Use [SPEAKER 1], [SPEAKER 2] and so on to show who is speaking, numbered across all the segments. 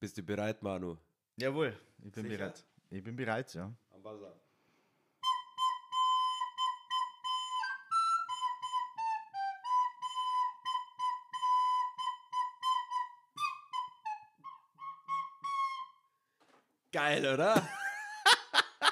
[SPEAKER 1] Bist du bereit, Manu?
[SPEAKER 2] Jawohl, ich bin
[SPEAKER 1] Sicher?
[SPEAKER 2] bereit. Ich bin bereit, ja.
[SPEAKER 1] Am Buzzer. Geil, oder?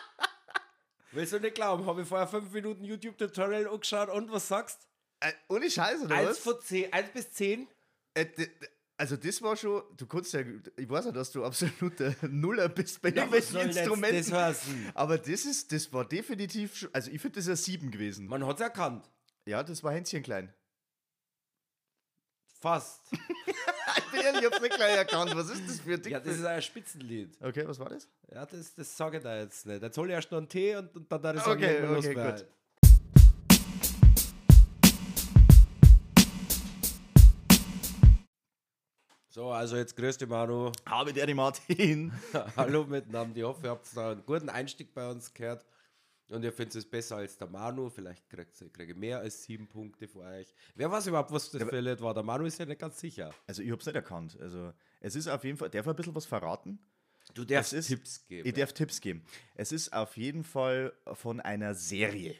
[SPEAKER 1] Willst du nicht glauben, habe ich vorher 5 Minuten YouTube-Tutorial angeschaut und was sagst?
[SPEAKER 2] Äh, ohne Scheiß, oder
[SPEAKER 1] 1
[SPEAKER 2] was?
[SPEAKER 1] von 10, 1 bis 10?
[SPEAKER 2] Äh, d- d- also das war schon, du kannst ja, ich weiß ja, dass du absoluter Nuller bist bei irgendwelchen Instrumenten.
[SPEAKER 1] Das heißen?
[SPEAKER 2] aber das ist, das war definitiv, schon, also ich finde das ist ein Sieben gewesen.
[SPEAKER 1] Man hat's erkannt.
[SPEAKER 2] Ja, das war Hänschen klein.
[SPEAKER 1] Fast.
[SPEAKER 2] Ich bin ehrlich, ich hab's nicht gleich erkannt. Was ist das für ein Ding?
[SPEAKER 1] Ja, das ist ein Spitzenlied.
[SPEAKER 2] okay, was war das?
[SPEAKER 1] Ja, das, das sage ich da jetzt nicht. Jetzt hol ich erst noch einen Tee und, und dann da ich sagen,
[SPEAKER 2] Okay,
[SPEAKER 1] wenn wir
[SPEAKER 2] okay,
[SPEAKER 1] loswerden.
[SPEAKER 2] gut.
[SPEAKER 1] So, also jetzt grüß dich, Manu.
[SPEAKER 2] Habe der die Martin.
[SPEAKER 1] Hallo miteinander. Ich hoffe, ihr habt da einen guten Einstieg bei uns gehört. Und ihr findet es besser als der Manu. Vielleicht kriegt ihr krieg ich mehr als sieben Punkte für euch. Wer weiß überhaupt, was das für ein Lied war? Der Manu ist ja nicht ganz sicher.
[SPEAKER 2] Also ich hab's nicht erkannt. Also es ist auf jeden Fall, darf ich ein bisschen was verraten?
[SPEAKER 1] Du darfst
[SPEAKER 2] ist-
[SPEAKER 1] Tipps geben.
[SPEAKER 2] Ich darf Tipps geben. Es ist auf jeden Fall von einer Serie.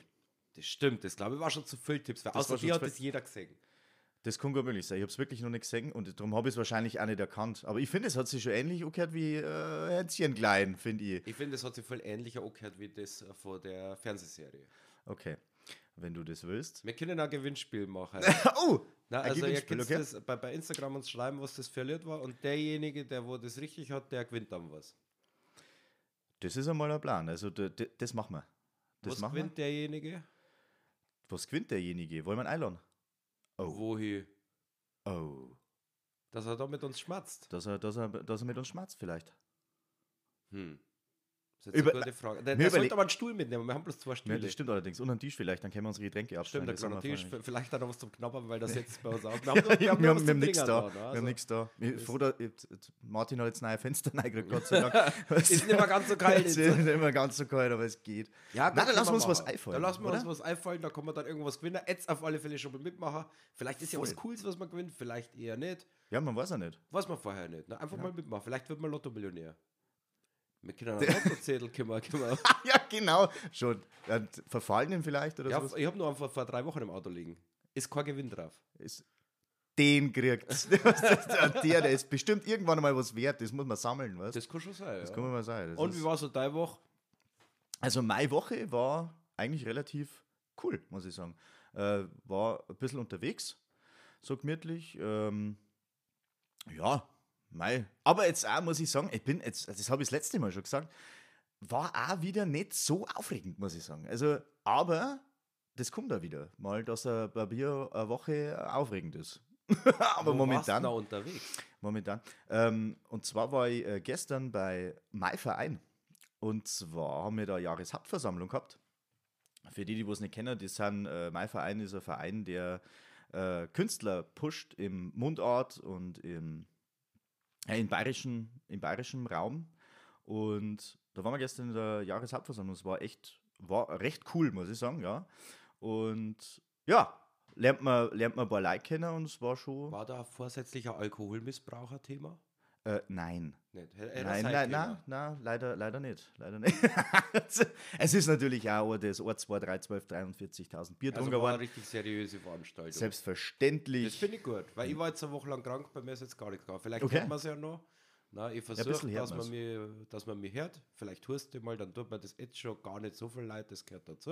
[SPEAKER 1] das stimmt, das glaube ich war schon zu viel Tipps. Weil außer
[SPEAKER 2] war schon
[SPEAKER 1] dir
[SPEAKER 2] zu
[SPEAKER 1] hat
[SPEAKER 2] viel.
[SPEAKER 1] das jeder gesehen.
[SPEAKER 2] Das kann gut möglich sein. Ich habe es wirklich noch nicht gesehen und darum habe ich es wahrscheinlich auch nicht erkannt. Aber ich finde, es hat sich schon ähnlich angehört wie äh, Hänschen Klein, finde ich.
[SPEAKER 1] Ich finde, das hat sich viel ähnlicher angehört wie das äh, von der Fernsehserie.
[SPEAKER 2] Okay, wenn du das willst.
[SPEAKER 1] Wir können ein Gewinnspiel machen.
[SPEAKER 2] Oh,
[SPEAKER 1] Na,
[SPEAKER 2] ein
[SPEAKER 1] also ihr
[SPEAKER 2] Gewinnspiel,
[SPEAKER 1] könnt
[SPEAKER 2] okay?
[SPEAKER 1] das bei, bei Instagram uns schreiben, was das für ein Lied war und derjenige, der wo das richtig hat, der gewinnt dann was.
[SPEAKER 2] Das ist einmal ein Plan. Also d- d- das machen wir. Das
[SPEAKER 1] was
[SPEAKER 2] machen
[SPEAKER 1] gewinnt derjenige?
[SPEAKER 2] wir. Was gewinnt derjenige? Wollen wir ihn einladen? Oh.
[SPEAKER 1] Wohin?
[SPEAKER 2] Oh,
[SPEAKER 1] Dass er da mit uns schmatzt.
[SPEAKER 2] dass er, dass er, dass er mit uns schmerzt vielleicht.
[SPEAKER 1] Hm. Das ist jetzt
[SPEAKER 2] Über-
[SPEAKER 1] eine gute Frage. Da,
[SPEAKER 2] mir
[SPEAKER 1] da sollte
[SPEAKER 2] überleg-
[SPEAKER 1] man einen Stuhl mitnehmen. Wir haben bloß zwei
[SPEAKER 2] Ja,
[SPEAKER 1] Stühle.
[SPEAKER 2] das stimmt allerdings. Und am Tisch vielleicht, dann können wir unsere Getränke abstellen.
[SPEAKER 1] Stimmt, der
[SPEAKER 2] das haben wir
[SPEAKER 1] kleine Tisch.
[SPEAKER 2] vorher nicht.
[SPEAKER 1] Vielleicht hat er was zum Knabbern, weil das jetzt bei uns auf.
[SPEAKER 2] Wir haben, wir haben, wir haben nichts da.
[SPEAKER 1] ne?
[SPEAKER 2] Wir haben
[SPEAKER 1] Also,
[SPEAKER 2] nichts da. Wir
[SPEAKER 1] ist-
[SPEAKER 2] froh, dass, Martin hat jetzt neue Fenster reingekriegt, Gott sei Dank.
[SPEAKER 1] Ist nicht mehr ganz so kalt. jetzt.
[SPEAKER 2] Es ist nicht immer ganz so kalt, aber es geht.
[SPEAKER 1] Ja, das
[SPEAKER 2] Na, dann
[SPEAKER 1] können
[SPEAKER 2] lassen
[SPEAKER 1] wir
[SPEAKER 2] wir uns was
[SPEAKER 1] machen.
[SPEAKER 2] einfallen,
[SPEAKER 1] Dann lassen wir uns
[SPEAKER 2] oder?
[SPEAKER 1] was einfallen, da kann man dann irgendwas gewinnen. Jetzt auf alle Fälle schon mal mitmachen. Vielleicht ist ja was
[SPEAKER 2] Voll.
[SPEAKER 1] Cooles, was man gewinnt, vielleicht eher nicht.
[SPEAKER 2] Ja, man weiß ja nicht.
[SPEAKER 1] Weiß man vorher nicht. Ne? Einfach mal mitmachen. Vielleicht wird man Lotto-Millionär. Wir können einen Lottozettel kümmern. kümmern.
[SPEAKER 2] ja, genau. Schon. Dann verfallen ihn vielleicht oder
[SPEAKER 1] ja,
[SPEAKER 2] sowas.
[SPEAKER 1] ich habe nur einfach vor drei Wochen im Auto liegen. Ist kein Gewinn drauf.
[SPEAKER 2] Ist, den kriegt's. der, der ist bestimmt irgendwann mal was wert. Das muss man sammeln, was? Das,
[SPEAKER 1] Das kann schon sein. ja.
[SPEAKER 2] kann man mal sagen. Das
[SPEAKER 1] Und
[SPEAKER 2] ist-
[SPEAKER 1] wie war so deine Woche?
[SPEAKER 2] Also meine Woche war eigentlich relativ cool, muss ich sagen. Äh, war ein bisschen unterwegs, so gemütlich. Ähm, ja, mei. Aber jetzt auch muss ich sagen, ich bin jetzt, das habe ich das letzte Mal schon gesagt, war auch wieder nicht so aufregend, muss ich sagen. Also, aber das kommt da wieder mal, dass ein Barbier eine Woche aufregend ist. aber
[SPEAKER 1] Wo warst
[SPEAKER 2] momentan,
[SPEAKER 1] du da unterwegs?
[SPEAKER 2] momentan. Ähm, und zwar war ich äh, gestern bei Mai Verein. Und zwar haben wir da Jahreshauptversammlung gehabt. Für die, die es nicht kennen, das sind, äh, Mai Verein ist ein Verein, der äh, Künstler pusht im Mundart und im, äh, im, bayerischen, im bayerischen Raum. Und da waren wir gestern in der Jahreshauptversammlung. Es war echt, war recht cool, muss ich sagen, ja. Und ja, lernt man, lernt man ein paar Leute kennen und es war schon.
[SPEAKER 1] War da vorsätzlicher Alkoholmissbrauch ein Thema?
[SPEAKER 2] Äh, nein.
[SPEAKER 1] Nicht. Hätte- hätte
[SPEAKER 2] Nein,
[SPEAKER 1] sein
[SPEAKER 2] nein,
[SPEAKER 1] können.
[SPEAKER 2] nein, nein, leider, leider nicht. Leider nicht. es ist natürlich auch das Ohr 2, 3, 12, 43.000 Bier
[SPEAKER 1] Also war
[SPEAKER 2] drunter
[SPEAKER 1] eine
[SPEAKER 2] geworden.
[SPEAKER 1] richtig seriöse Veranstaltung. Das
[SPEAKER 2] Selbstverständlich.
[SPEAKER 1] finde ich gut, weil ich war jetzt eine Woche lang krank, bei mir ist jetzt gar nichts gegangen. Vielleicht
[SPEAKER 2] Okay.
[SPEAKER 1] hört man es ja noch. Na, ich versuche,
[SPEAKER 2] bisschen hört
[SPEAKER 1] dass, man
[SPEAKER 2] man's.
[SPEAKER 1] mich- dass man mich hört. Vielleicht hörst du mal, dann tut man das jetzt schon gar nicht so viel leid, das gehört dazu.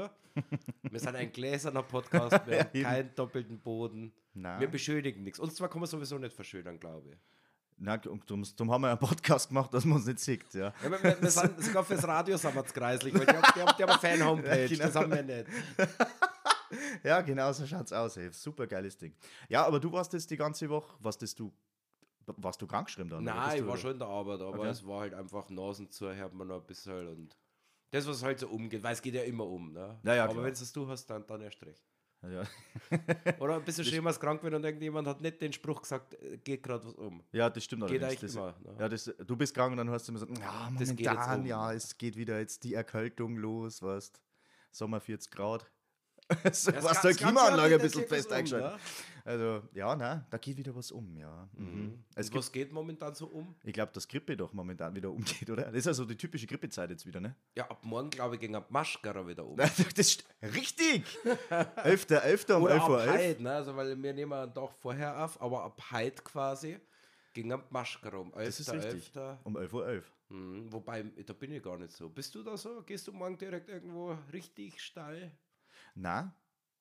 [SPEAKER 1] wir sind ein gläserner Podcast, wir haben
[SPEAKER 2] eben.
[SPEAKER 1] keinen doppelten Boden.
[SPEAKER 2] Nein.
[SPEAKER 1] Wir beschönigen nichts. Uns zwar kann man sowieso nicht verschönern, glaube ich.
[SPEAKER 2] Na, und darum, darum haben wir einen Podcast gemacht, dass man uns nicht sieht. Ja.
[SPEAKER 1] Ja, aber wir, wir sind, sogar fürs Radio sind wir zu kreislich, weil die haben, die haben, die haben eine Fan-Homepage,
[SPEAKER 2] Ja, genau.
[SPEAKER 1] das haben wir nicht.
[SPEAKER 2] ja, genau so schaut's aus. Ey. Super geiles Ding. Ja, aber du warst jetzt die ganze Woche, warst das du, warst du krankgeschrieben dann? oder bist
[SPEAKER 1] Nein, ich
[SPEAKER 2] du-
[SPEAKER 1] war schon in der Arbeit, aber
[SPEAKER 2] Okay.
[SPEAKER 1] es war halt einfach Nasen zu, hat man noch ein bisschen und das, was halt so umgeht, weil es geht ja immer um, ne?
[SPEAKER 2] Ja, ja,
[SPEAKER 1] aber
[SPEAKER 2] klar.
[SPEAKER 1] wenn es du hast, dann, dann erst recht.
[SPEAKER 2] Ja,
[SPEAKER 1] Oder ein bisschen schlimmer als krank, wenn und irgendjemand hat nicht den Spruch gesagt, äh, geht gerade was um.
[SPEAKER 2] ja, das stimmt
[SPEAKER 1] Geht
[SPEAKER 2] allerdings.
[SPEAKER 1] eigentlich
[SPEAKER 2] das,
[SPEAKER 1] immer. Ne?
[SPEAKER 2] Ja, das, du bist krank und dann hast du immer so, ja,
[SPEAKER 1] Das geht jetzt
[SPEAKER 2] momentan,
[SPEAKER 1] um."
[SPEAKER 2] ja, es geht wieder jetzt die Erkältung los, weißt. Sommer 40 Grad. so
[SPEAKER 1] Das
[SPEAKER 2] warst
[SPEAKER 1] ganz-
[SPEAKER 2] du
[SPEAKER 1] ganz
[SPEAKER 2] der Klimaanlage ein
[SPEAKER 1] ordentlich,
[SPEAKER 2] bisschen
[SPEAKER 1] das geht
[SPEAKER 2] fest
[SPEAKER 1] was um,
[SPEAKER 2] eingeschaltet.
[SPEAKER 1] ne?
[SPEAKER 2] Also, ja, ne, da geht wieder was um, ja. Mhm. Es
[SPEAKER 1] Also
[SPEAKER 2] gibt,
[SPEAKER 1] was geht momentan so um?
[SPEAKER 2] ich glaube, dass Grippe doch momentan wieder umgeht, oder? Das ist also die typische Grippezeit jetzt wieder, ne?
[SPEAKER 1] Ja, ab morgen, glaube ich, ging ab Maschkara wieder um.
[SPEAKER 2] Das ist richtig! 11.11. um
[SPEAKER 1] Oder ab
[SPEAKER 2] 11.11 Uhr.
[SPEAKER 1] heute, ne? also, weil wir nehmen einen Tag vorher auf, aber ab heute quasi ging ab Maschkara um. 11.
[SPEAKER 2] Das ist richtig. Um 11.11 Uhr.
[SPEAKER 1] Mhm, wobei, da bin ich gar nicht so. Bist du da so? Gehst du morgen direkt irgendwo richtig steil?
[SPEAKER 2] Na,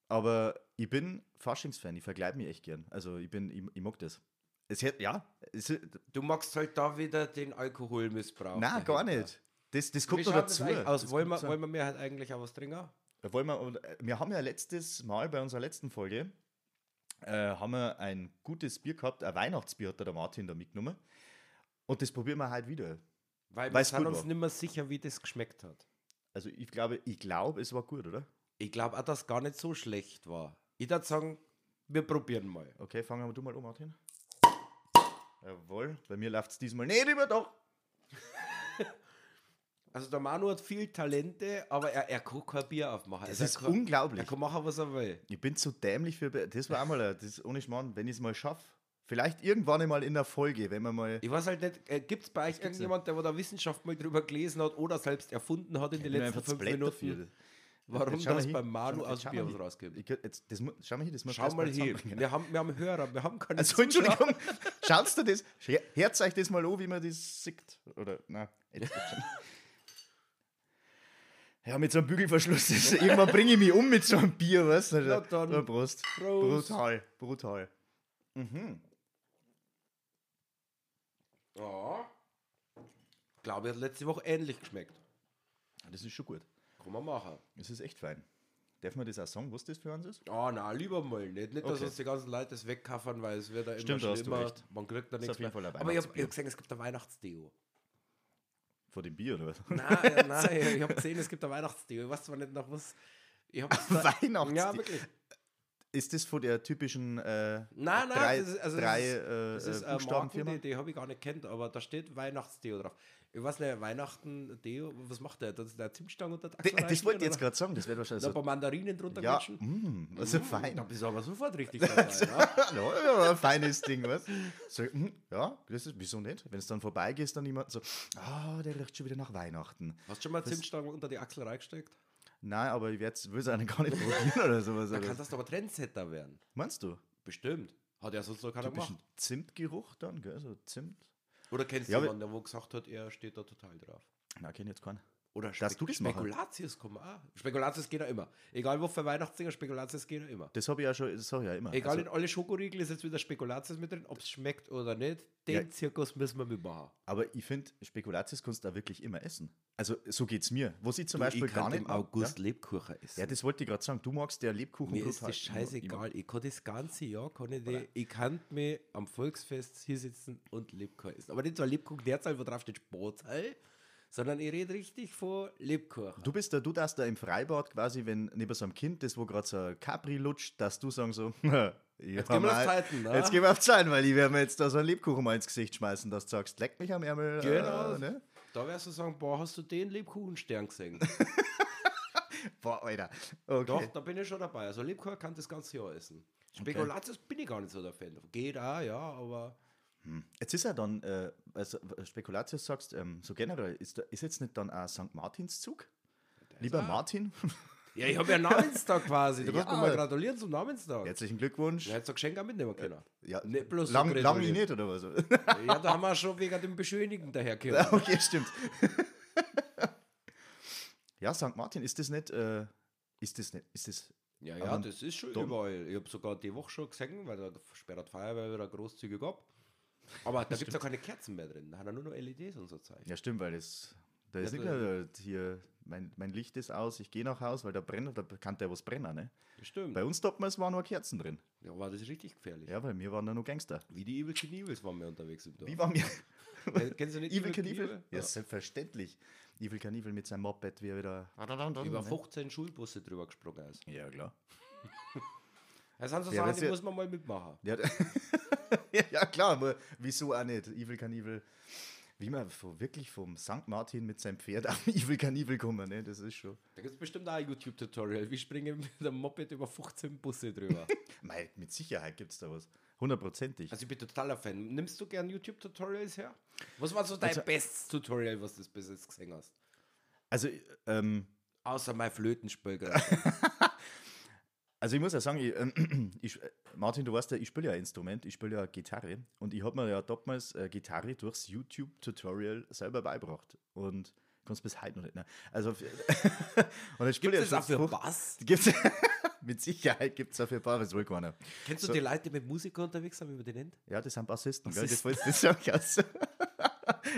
[SPEAKER 2] aber ich bin Faschingsfan, ich vergleiche mich echt gern. Also ich bin, ich, ich mag das. Es hätte, ja, es,
[SPEAKER 1] Du magst halt da wieder den Alkoholmissbrauch.
[SPEAKER 2] na, gar nicht. Das, das kommt
[SPEAKER 1] Wie
[SPEAKER 2] noch
[SPEAKER 1] schaut das
[SPEAKER 2] dazu.
[SPEAKER 1] eigentlich aus?
[SPEAKER 2] Das
[SPEAKER 1] Wollen
[SPEAKER 2] kommt
[SPEAKER 1] wir,
[SPEAKER 2] dazu.
[SPEAKER 1] wollen wir mir halt eigentlich auch was trinken?
[SPEAKER 2] Da wollen wir, und, äh, wir haben ja letztes Mal bei unserer letzten Folge äh, haben wir ein gutes Bier gehabt, ein Weihnachtsbier hat da der Martin da mitgenommen. Und das probieren wir halt wieder.
[SPEAKER 1] Weil wir
[SPEAKER 2] Weil's
[SPEAKER 1] sind
[SPEAKER 2] gut
[SPEAKER 1] uns
[SPEAKER 2] war.
[SPEAKER 1] nicht mehr sicher, wie das geschmeckt hat.
[SPEAKER 2] Also ich glaube, ich glaube, es war gut, oder?
[SPEAKER 1] Ich glaube auch, dass gar nicht so schlecht war. Ich würde sagen, wir probieren mal.
[SPEAKER 2] Okay, fangen wir du mal um, Martin. Jawohl, bei mir läuft es diesmal nicht über doch.
[SPEAKER 1] Also der Manu hat viel Talente, aber er, er kann kein Bier aufmachen.
[SPEAKER 2] Das
[SPEAKER 1] also
[SPEAKER 2] ist
[SPEAKER 1] er kann,
[SPEAKER 2] unglaublich.
[SPEAKER 1] Er kann machen, was er will.
[SPEAKER 2] Ich bin zu dämlich für. Be- Das war einmal, das ohne Schmarrn, wenn ich es mal schaffe. Vielleicht irgendwann einmal in der Folge, wenn wir mal.
[SPEAKER 1] Ich weiß halt nicht, äh, gibt es bei euch irgendjemand, der wo der Wissenschaft mal drüber gelesen hat oder selbst erfunden hat in den
[SPEAKER 2] wenn wir
[SPEAKER 1] letzten
[SPEAKER 2] einfach zu
[SPEAKER 1] fünf
[SPEAKER 2] blöd
[SPEAKER 1] Minuten,
[SPEAKER 2] dafür-
[SPEAKER 1] warum
[SPEAKER 2] Jetzt schau mal
[SPEAKER 1] das
[SPEAKER 2] hin.
[SPEAKER 1] beim Manu
[SPEAKER 2] Schau mal-
[SPEAKER 1] aus
[SPEAKER 2] jetzt schau
[SPEAKER 1] dem Bier
[SPEAKER 2] mal
[SPEAKER 1] was
[SPEAKER 2] hin.
[SPEAKER 1] rausgibt?
[SPEAKER 2] Ich könnte- jetzt, das, mu- schau mal hier, das muss
[SPEAKER 1] Schau mal hin, wir haben, wir haben Hörer, wir haben keine
[SPEAKER 2] Also,
[SPEAKER 1] Zuschauer.
[SPEAKER 2] Entschuldigung, schaut's dir das, her- hört euch das mal an, wie man das sieht. Oder, nein. Jetzt, jetzt schon. ja, mit so einem Bügelverschluss, das, irgendwann bringe ich mich um mit so einem Bier, weißt du?
[SPEAKER 1] Na dann.
[SPEAKER 2] Na, Prost.
[SPEAKER 1] Prost.
[SPEAKER 2] Brutal, brutal.
[SPEAKER 1] Ja. Ich glaube, er hat letzte Woche ähnlich geschmeckt.
[SPEAKER 2] Das ist schon gut.
[SPEAKER 1] Kann man machen.
[SPEAKER 2] Das ist echt fein. Darf man das auch sagen, was das für uns ist?
[SPEAKER 1] Ah, na, lieber mal nicht. Nicht, dass
[SPEAKER 2] Okay.
[SPEAKER 1] uns die ganzen Leute das wegkaffern, weil es wird ja immer
[SPEAKER 2] Stimmt, da
[SPEAKER 1] schlimmer.
[SPEAKER 2] hast du recht.
[SPEAKER 1] Man kriegt da nichts
[SPEAKER 2] auf jeden Fall
[SPEAKER 1] mehr.
[SPEAKER 2] ein
[SPEAKER 1] Aber ich habe
[SPEAKER 2] Weihnachtsbier.
[SPEAKER 1] hab gesehen, es gibt ein Weihnachtsdeo.
[SPEAKER 2] Vor dem Bier oder was?
[SPEAKER 1] Nein, äh, nein, ich habe gesehen, es gibt ein Weihnachtsdeo. Ich weiß zwar nicht nach was. Ich hab's da-
[SPEAKER 2] Weihnachtsdeo?
[SPEAKER 1] Ja, wirklich.
[SPEAKER 2] Ist das von der typischen äh,
[SPEAKER 1] Nein, nein,
[SPEAKER 2] drei,
[SPEAKER 1] das ist- also das
[SPEAKER 2] drei
[SPEAKER 1] ist-
[SPEAKER 2] äh,
[SPEAKER 1] Das ist
[SPEAKER 2] äh,
[SPEAKER 1] eine
[SPEAKER 2] Buchstabenfirma?
[SPEAKER 1] Marken, die, die habe ich gar nicht kennt, aber da steht Weihnachtsdeo drauf. Ich weiß nicht, Weihnachten, Deo, was macht der? Das ist der Zimtstange unter der
[SPEAKER 2] D-
[SPEAKER 1] Achsel
[SPEAKER 2] Das wollte ich jetzt
[SPEAKER 1] reinschmieren,
[SPEAKER 2] gerade sagen, das wäre wahrscheinlich
[SPEAKER 1] oder? Ein
[SPEAKER 2] so.
[SPEAKER 1] paar Mandarinen drunter
[SPEAKER 2] Ja,
[SPEAKER 1] quetschen? Hm,
[SPEAKER 2] mm, also fein.
[SPEAKER 1] Da bist du aber sofort richtig dabei. ne?
[SPEAKER 2] ja, ein feines Ding, was? So, mm, ja, das ist, wieso nicht? Wenn es dann vorbeigehst, dann jemand so, ah, der riecht schon wieder nach Weihnachten.
[SPEAKER 1] Hast du schon mal Zimtstangen unter die Achsel reingesteckt?
[SPEAKER 2] Nein, aber ich will es einen gar nicht probieren oder sowas.
[SPEAKER 1] Da
[SPEAKER 2] Oder?
[SPEAKER 1] kannst du aber Trendsetter werden.
[SPEAKER 2] Meinst du?
[SPEAKER 1] Bestimmt. Hat ja sonst noch keiner
[SPEAKER 2] Typischen
[SPEAKER 1] gemacht.
[SPEAKER 2] Zimtgeruch dann, gell? So Zimt.
[SPEAKER 1] Oder kennst du
[SPEAKER 2] Ja,
[SPEAKER 1] jemanden, der wo gesagt hat, er steht da total drauf?
[SPEAKER 2] Na, kenn ich jetzt keinen.
[SPEAKER 1] Oder
[SPEAKER 2] Dass du das machen?
[SPEAKER 1] Spekulatius kommen auch. Spekulatius geht ja immer. Egal wo für Weihnachtsdinger, Spekulatius geht ja immer.
[SPEAKER 2] Das habe ich ja schon, das sag ich ja immer.
[SPEAKER 1] Egal
[SPEAKER 2] Also-
[SPEAKER 1] in alle Schokoriegel ist jetzt wieder Spekulatius mit drin, ob es schmeckt oder nicht. Den
[SPEAKER 2] Ja.
[SPEAKER 1] Zirkus müssen wir mitmachen.
[SPEAKER 2] Aber ich finde, Spekulatius kannst du auch wirklich immer essen. Also so geht's mir. Was ich zum Beispiel
[SPEAKER 1] ich kann
[SPEAKER 2] gar nicht
[SPEAKER 1] im
[SPEAKER 2] mag,
[SPEAKER 1] August
[SPEAKER 2] Ja?
[SPEAKER 1] Lebkuchen essen.
[SPEAKER 2] ja, das wollte ich gerade sagen. Du magst der Lebkuchen
[SPEAKER 1] Mir ist
[SPEAKER 2] brutal.
[SPEAKER 1] das
[SPEAKER 2] Ich mag-
[SPEAKER 1] scheißegal. Ich kann das ganze Jahr, kann ich,
[SPEAKER 2] Oder?
[SPEAKER 1] die, ich kann mir am Volksfest hier sitzen und Lebkuchen essen. Aber nicht so ein Lebkuchen derzeit, wo drauf steht Sportteil, sondern ich rede richtig von Lebkuchen.
[SPEAKER 2] Ich, du bist da, du darfst da im Freibad quasi, wenn neben so einem Kind das, wo gerade so ein Capri lutscht, dass du sagen so, "Hm, ja, jetzt
[SPEAKER 1] gehen wir auf Zeiten, ne?
[SPEAKER 2] Jetzt gehen wir auf Zeiten, weil ich werde mir jetzt da so einen Lebkuchen mal ins Gesicht schmeißen, dass du sagst, leck mich am Ärmel.
[SPEAKER 1] Genau.
[SPEAKER 2] Äh, ne?
[SPEAKER 1] Da wärst du sagen, boah, hast du den Lebkuchenstern gesehen?
[SPEAKER 2] Boah, Alter.
[SPEAKER 1] Doch,
[SPEAKER 2] Okay.
[SPEAKER 1] da bin ich schon dabei. Also Lebkuchen kann das ganze Jahr essen. Spekulatius bin ich gar nicht so der Fan. davon. Geht auch, ja, aber
[SPEAKER 2] Jetzt ist ja dann, äh, also Spekulatius sagst, ähm, so generell, ist, da, ist jetzt nicht dann auch St. Martinszug? Lieber Martin,
[SPEAKER 1] ja, ich habe ja Namenstag quasi. Du kannst
[SPEAKER 2] Ja.
[SPEAKER 1] mir mal gratulieren zum Namenstag. Jetzt.
[SPEAKER 2] herzlichen Glückwunsch.
[SPEAKER 1] Du hättest ein Geschenk auch mitnehmen können.
[SPEAKER 2] Ja,
[SPEAKER 1] Nicht bloß so
[SPEAKER 2] lang,
[SPEAKER 1] gratulieren.
[SPEAKER 2] lang nicht oder was?
[SPEAKER 1] Ja, da haben wir schon wegen dem Beschönigen dahergekommen.
[SPEAKER 2] okay, stimmt. ja, St. Martin, ist das nicht, äh, ist das nicht, ist das,
[SPEAKER 1] Ja,
[SPEAKER 2] Aber
[SPEAKER 1] ja,
[SPEAKER 2] am
[SPEAKER 1] das ist schon
[SPEAKER 2] Dom-
[SPEAKER 1] überall. Ich habe sogar die Woche schon gesehen, weil da später die Feuerwehr wieder großzügig ab. Aber da gibt es ja keine Kerzen mehr drin. Da haben wir nur noch LEDs und so Zeug.
[SPEAKER 2] ja stimmt, weil das, da ist
[SPEAKER 1] Ja,
[SPEAKER 2] nicht
[SPEAKER 1] da-
[SPEAKER 2] mehr äh, hier, mein, mein Licht ist aus, ich gehe nach Haus, weil da brennt, da kann der was brennen, ne?
[SPEAKER 1] Das stimmt.
[SPEAKER 2] Bei uns damals waren nur Kerzen drin.
[SPEAKER 1] Ja, war das ist richtig gefährlich.
[SPEAKER 2] Ja, weil wir waren da nur Gangster.
[SPEAKER 1] Wie die Evil Kniebles waren wir unterwegs im Dorf.
[SPEAKER 2] Wie waren wir?
[SPEAKER 1] Ken- Kennst du nicht
[SPEAKER 2] Evil Knievel?
[SPEAKER 1] Ja.
[SPEAKER 2] Ja, selbstverständlich. Evil Knievel mit seinem Moped, wie er wieder...
[SPEAKER 1] Über 15 Schulbusse drüber gesprungen ist.
[SPEAKER 2] Ja, klar.
[SPEAKER 1] Das sind so
[SPEAKER 2] Ja,
[SPEAKER 1] Sachen,
[SPEAKER 2] weißt
[SPEAKER 1] die
[SPEAKER 2] du-
[SPEAKER 1] muss man mal mitmachen.
[SPEAKER 2] Ja, d- ja klar, aber wieso auch nicht? Evil Knievel wie man von, wirklich vom St. Martin mit seinem Pferd auf den Evil Knievel kommen, ne? das ist schon.
[SPEAKER 1] Da gibt es bestimmt auch ein YouTube-Tutorial. Wie springen mit einem Moped über 15 Busse drüber?
[SPEAKER 2] Mei, mit Sicherheit gibt es da was. Hundertprozentig.
[SPEAKER 1] also ich bin totaler Fan. Nimmst du gern YouTube-Tutorials her? Was war so dein
[SPEAKER 2] Also-
[SPEAKER 1] bestes Tutorial, was du bis jetzt gesehen hast?
[SPEAKER 2] Also, ähm,
[SPEAKER 1] Außer mein Flötenspöger.
[SPEAKER 2] Also ich muss ja sagen, ich, ähm, ich, äh, Martin, du weißt ja, ich spiele ja ein Instrument, ich spiele ja Gitarre und ich habe mir ja damals äh, Gitarre durchs YouTube-Tutorial selber beigebracht und kannst bis heute noch nicht. Ne? Also f- und ich
[SPEAKER 1] Gibt
[SPEAKER 2] spiele ja
[SPEAKER 1] es
[SPEAKER 2] schon
[SPEAKER 1] auch für
[SPEAKER 2] Frucht-
[SPEAKER 1] Bass?
[SPEAKER 2] Gibt's, mit Sicherheit gibt es dafür Bass, das will keiner.
[SPEAKER 1] Kennst du die Leute, die mit Musiker unterwegs sind, wie man die nennt?
[SPEAKER 2] Ja, das sind Bassisten, gell? Das wolltest du nicht sagen. Klaus.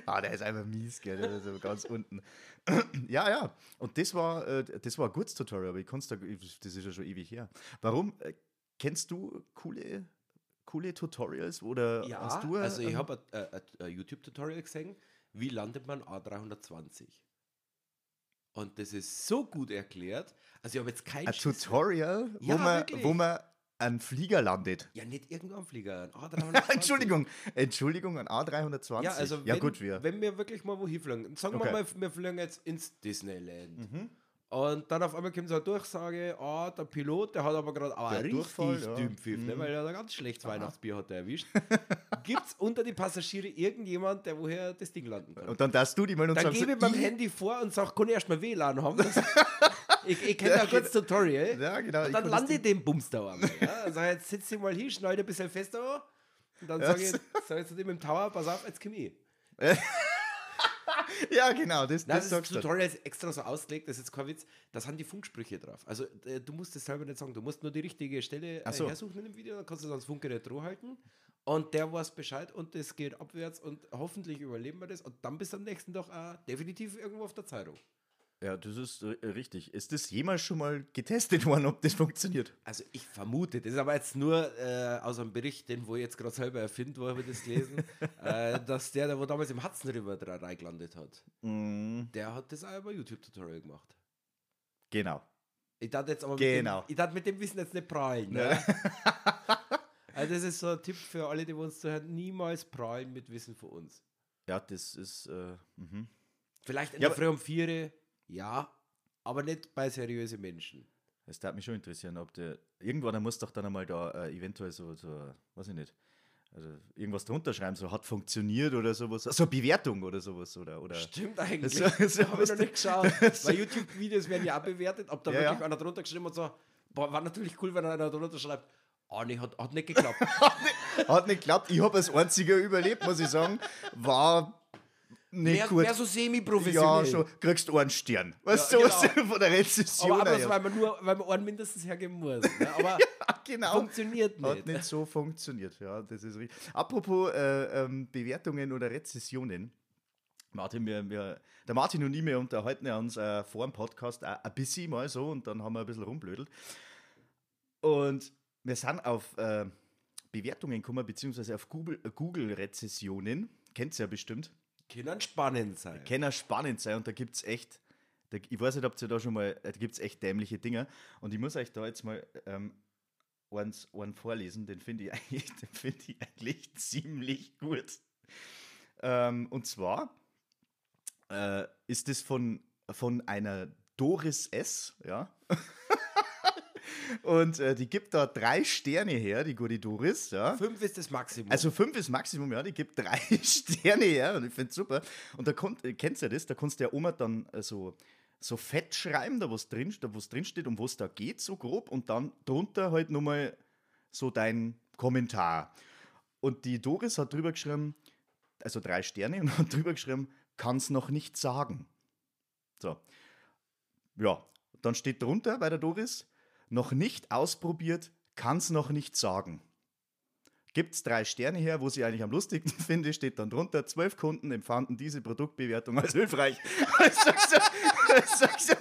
[SPEAKER 2] ah, der ist einfach mies, gell? Der ist so ganz unten. ja, ja. Und das war, äh, das war ein gutes Tutorial, aber ich kann's da, ich- das ist ja schon ewig her. Warum? Äh, kennst du coole, coole Tutorials oder
[SPEAKER 1] Ja,
[SPEAKER 2] hast du?
[SPEAKER 1] also ich
[SPEAKER 2] ähm,
[SPEAKER 1] habe ein, ein, ein YouTube-Tutorial gesehen, wie landet man A320? Und das ist so gut erklärt. Also ich habe jetzt kein
[SPEAKER 2] ein
[SPEAKER 1] Schiss-
[SPEAKER 2] Tutorial, wo,
[SPEAKER 1] Ja,
[SPEAKER 2] man,
[SPEAKER 1] wirklich.
[SPEAKER 2] wo man einen Flieger landet.
[SPEAKER 1] Ja, nicht irgendein Flieger, ein A320.
[SPEAKER 2] Entschuldigung, Entschuldigung, ein A320.
[SPEAKER 1] Ja, also
[SPEAKER 2] ja
[SPEAKER 1] wenn,
[SPEAKER 2] gut, wir.
[SPEAKER 1] wenn wir wirklich mal wohin fliegen, sagen
[SPEAKER 2] Okay. Mhm.
[SPEAKER 1] wir mal, wir fliegen jetzt ins Disneyland. Und dann auf einmal kommt so eine Durchsage, ah, der Pilot, der hat aber gerade auch
[SPEAKER 2] Der
[SPEAKER 1] einen
[SPEAKER 2] Durchfall,
[SPEAKER 1] richtig
[SPEAKER 2] ja.
[SPEAKER 1] Dünnpfiff, ne,
[SPEAKER 2] Mhm.
[SPEAKER 1] weil er da ganz schlecht Weihnachtsbier hat er erwischt. Gibt es unter die Passagiere irgendjemand, der woher das Ding landen kann?
[SPEAKER 2] Und dann darfst du die mal und
[SPEAKER 1] Dann
[SPEAKER 2] sagst
[SPEAKER 1] gebe ich
[SPEAKER 2] du,
[SPEAKER 1] beim Handy vor und sage, kann ich erstmal WLAN haben? Das- ich ich kenne
[SPEAKER 2] Ja,
[SPEAKER 1] da ein gutes Tutorial.
[SPEAKER 2] Ja, genau,
[SPEAKER 1] Und dann
[SPEAKER 2] ich kann das
[SPEAKER 1] lande ich den Bums da einmal. Ja? Dann sag ich, jetzt sitze ich mal hin, schneide ein bisschen fest an. Und dann sage ich,
[SPEAKER 2] Ja.
[SPEAKER 1] sag ich zu dem im Tower, pass auf, jetzt komm ich.
[SPEAKER 2] ja, genau, das,
[SPEAKER 1] Nein,
[SPEAKER 2] das,
[SPEAKER 1] das,
[SPEAKER 2] sagst du.
[SPEAKER 1] Tutorial ist extra so ausgelegt, das ist jetzt kein Witz. Da sind die Funksprüche drauf. Also äh, du musst das selber nicht sagen. Du musst nur die richtige Stelle äh,
[SPEAKER 2] Ach so.
[SPEAKER 1] hersuchen in dem Video, dann kannst du es ans Funkgerät halten. Und der weiß Bescheid und es geht abwärts und hoffentlich überleben wir das. Und dann bist du am nächsten Tag auch definitiv irgendwo auf der Zeitung.
[SPEAKER 2] Ja, das ist äh, richtig. Ist das jemals schon mal getestet worden, ob das funktioniert?
[SPEAKER 1] Also ich vermute, das ist aber jetzt nur äh, aus einem Bericht, den wo ich jetzt gerade selber erfind, wo habe ich das gelesen, äh, dass der, der wo damals im Hudson River dra- reingelandet hat, der hat das auch über YouTube-Tutorial gemacht.
[SPEAKER 2] Genau.
[SPEAKER 1] Ich darf jetzt aber
[SPEAKER 2] Genau.
[SPEAKER 1] mit dem, ich darf mit dem Wissen jetzt nicht prahlen. Ne? Also das ist so ein Tipp für alle, die uns zuhören, niemals prahlen mit Wissen von uns.
[SPEAKER 2] Ja, das ist. Äh, mhm.
[SPEAKER 1] Vielleicht in
[SPEAKER 2] Ja,
[SPEAKER 1] der
[SPEAKER 2] aber-
[SPEAKER 1] Früh um vier, ja, aber nicht bei seriösen Menschen.
[SPEAKER 2] Es darf mich schon interessieren, ob der. Irgendwann muss doch dann einmal da äh, eventuell so, so, weiß ich nicht. Also irgendwas drunter schreiben, so hat funktioniert oder sowas. Also Bewertung oder sowas. Oder, oder.
[SPEAKER 1] Stimmt eigentlich.
[SPEAKER 2] Das- das-
[SPEAKER 1] da habe ich noch nicht geschaut.
[SPEAKER 2] das-
[SPEAKER 1] Bei YouTube-Videos werden ja auch bewertet, ob da
[SPEAKER 2] Ja,
[SPEAKER 1] wirklich
[SPEAKER 2] ja.
[SPEAKER 1] einer drunter geschrieben hat, so, boah, war natürlich cool, wenn einer drunter schreibt, ah nee, hat, hat nicht geklappt.
[SPEAKER 2] Hat nicht geklappt. Ich habe als einziger überlebt, muss ich sagen. War nicht
[SPEAKER 1] Mehr,
[SPEAKER 2] gut.
[SPEAKER 1] mehr so semi-professionell.
[SPEAKER 2] ja, schon. Kriegst du einen Stern. Weißt
[SPEAKER 1] Ja,
[SPEAKER 2] du, was
[SPEAKER 1] genau.
[SPEAKER 2] von der Rezession
[SPEAKER 1] aber das,
[SPEAKER 2] her.
[SPEAKER 1] weil man nur, weil man einen mindestens hergeben muss. Ne? Aber
[SPEAKER 2] Genau.
[SPEAKER 1] funktioniert
[SPEAKER 2] Hat
[SPEAKER 1] nicht.
[SPEAKER 2] nicht so funktioniert, ja, das ist richtig. Apropos äh, ähm, Bewertungen oder Rezessionen. Martin, wir, wir, der Martin und ich, wir unterhalten ja uns äh, vor dem Podcast auch ein bisschen mal so und dann haben wir ein bisschen rumblödelt. Und wir sind auf äh, Bewertungen gekommen, beziehungsweise auf Google- äh, Google-Rezessionen. Kennt ihr ja bestimmt.
[SPEAKER 1] Kindern spannend sein.
[SPEAKER 2] Kenner spannend sein und da gibt es echt, da, ich weiß nicht, ob ihr da schon mal, äh, da gibt es echt dämliche Dinge und ich muss euch da jetzt mal ähm, eins, einen vorlesen, den finde ich, eigentlich- den find ich eigentlich ziemlich gut. Ähm, und zwar äh, ist das von, von einer Doris S., ja. und äh, die gibt da drei Sterne her, die gute Doris, ja.
[SPEAKER 1] Fünf ist das Maximum.
[SPEAKER 2] Also fünf ist Maximum, ja. Die gibt drei Sterne her und ich finde super. Und da kommt, äh, kennst du ja das, da kannst du der Oma dann äh, so, so fett schreiben, da was drin, da was drin steht, um was da geht, so grob, und dann drunter halt nochmal so dein Kommentar. Und die Doris hat drüber geschrieben, also drei Sterne, und hat drüber geschrieben, kann's noch nicht sagen. So. Ja, dann steht drunter bei der Doris, noch nicht ausprobiert, kann's noch nicht sagen gibt es drei Sterne her, wo sie eigentlich am lustigsten finde, steht dann drunter, zwölf Kunden empfanden diese Produktbewertung als hilfreich. Ich sag's ja, ich sag's ja.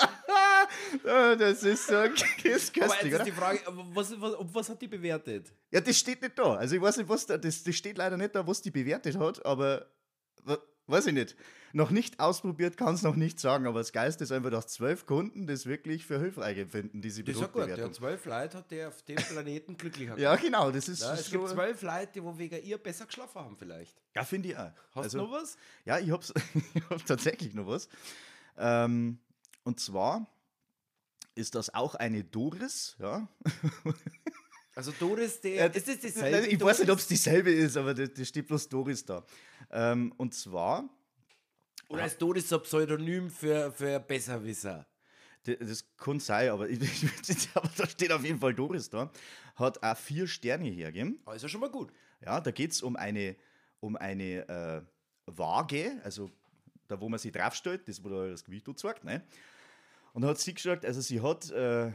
[SPEAKER 2] Ah, Das ist so das ist
[SPEAKER 1] aber jetzt
[SPEAKER 2] köstlich,
[SPEAKER 1] ist
[SPEAKER 2] oder?
[SPEAKER 1] die Frage, äh, was, was, ob was hat die bewertet?
[SPEAKER 2] Ja, das steht nicht da. Also ich weiß nicht, was da, das, das steht leider nicht da, was die bewertet hat, aber wa- Weiß ich nicht. Noch nicht ausprobiert, kann es noch nicht sagen, aber das Geist ist einfach, dass zwölf Kunden das wirklich für hilfreich empfinden, diese
[SPEAKER 1] Das ist ja gut. Der
[SPEAKER 2] Produktbewertung.
[SPEAKER 1] zwölf Leute hat der auf dem Planeten glücklicher
[SPEAKER 2] Ja, genau, das ist
[SPEAKER 1] Ja, es gibt
[SPEAKER 2] so-
[SPEAKER 1] zwölf Leute, die wo wegen ihr besser geschlafen haben vielleicht.
[SPEAKER 2] Ja, finde ich auch.
[SPEAKER 1] Hast
[SPEAKER 2] Also-
[SPEAKER 1] du noch was?
[SPEAKER 2] Ja, ich habe ich hab tatsächlich noch was. Ähm, und zwar ist das auch eine Doris, ja.
[SPEAKER 1] Also Doris, der, ist das
[SPEAKER 2] Nein,
[SPEAKER 1] dieselbe
[SPEAKER 2] Ich weiß nicht, ob es dieselbe ist, aber da da steht bloß Doris da. Ähm, und zwar,
[SPEAKER 1] Oder ist Doris so ein Pseudonym für, für Besserwisser?
[SPEAKER 2] d- das kann sein, aber, ich, ich, würd's jetzt- aber da steht auf jeden Fall Doris da, hat auch vier Sterne hergegeben.
[SPEAKER 1] Aber ist ja schon mal gut.
[SPEAKER 2] Ja, da geht es um eine, um eine äh, Waage, also da, wo man sie draufstellt, das, wo da das Gewicht zeigt, ne? Und da hat sie gesagt, also sie hat äh,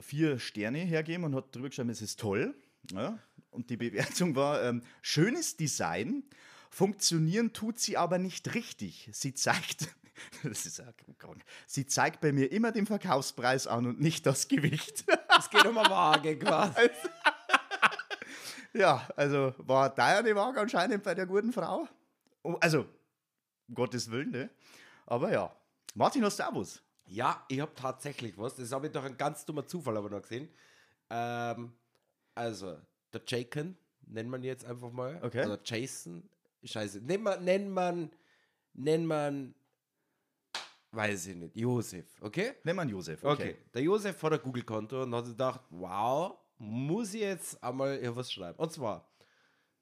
[SPEAKER 2] vier Sterne hergegeben und hat drüber geschrieben, es ist toll. Ja? Und die Bewertung war, ähm, schönes Design, funktionieren tut sie aber nicht richtig. Sie zeigt, das ist auch krank, sie zeigt bei mir immer den Verkaufspreis an und nicht das Gewicht.
[SPEAKER 1] Es geht um eine Waage quasi.
[SPEAKER 2] Ja, also war da die Waage anscheinend bei der guten Frau. Oh, Also, um Gottes Willen, ne? Aber ja. Martin, hast du auch was?
[SPEAKER 1] Ja, ich habe tatsächlich was. Das habe ich durch einen ganz dummen Zufall aber noch gesehen. Ähm, also, der Jaken, nennt man ihn jetzt einfach mal.
[SPEAKER 2] Okay.
[SPEAKER 1] Oder Jason. Scheiße. Nennt man, nennt man, nennt man, weiß ich nicht, Josef, okay?
[SPEAKER 2] Nimm an Josef.
[SPEAKER 1] Okay. Der Josef hat ein Google-Konto und hat gedacht, wow, muss ich jetzt einmal hier was schreiben. Und zwar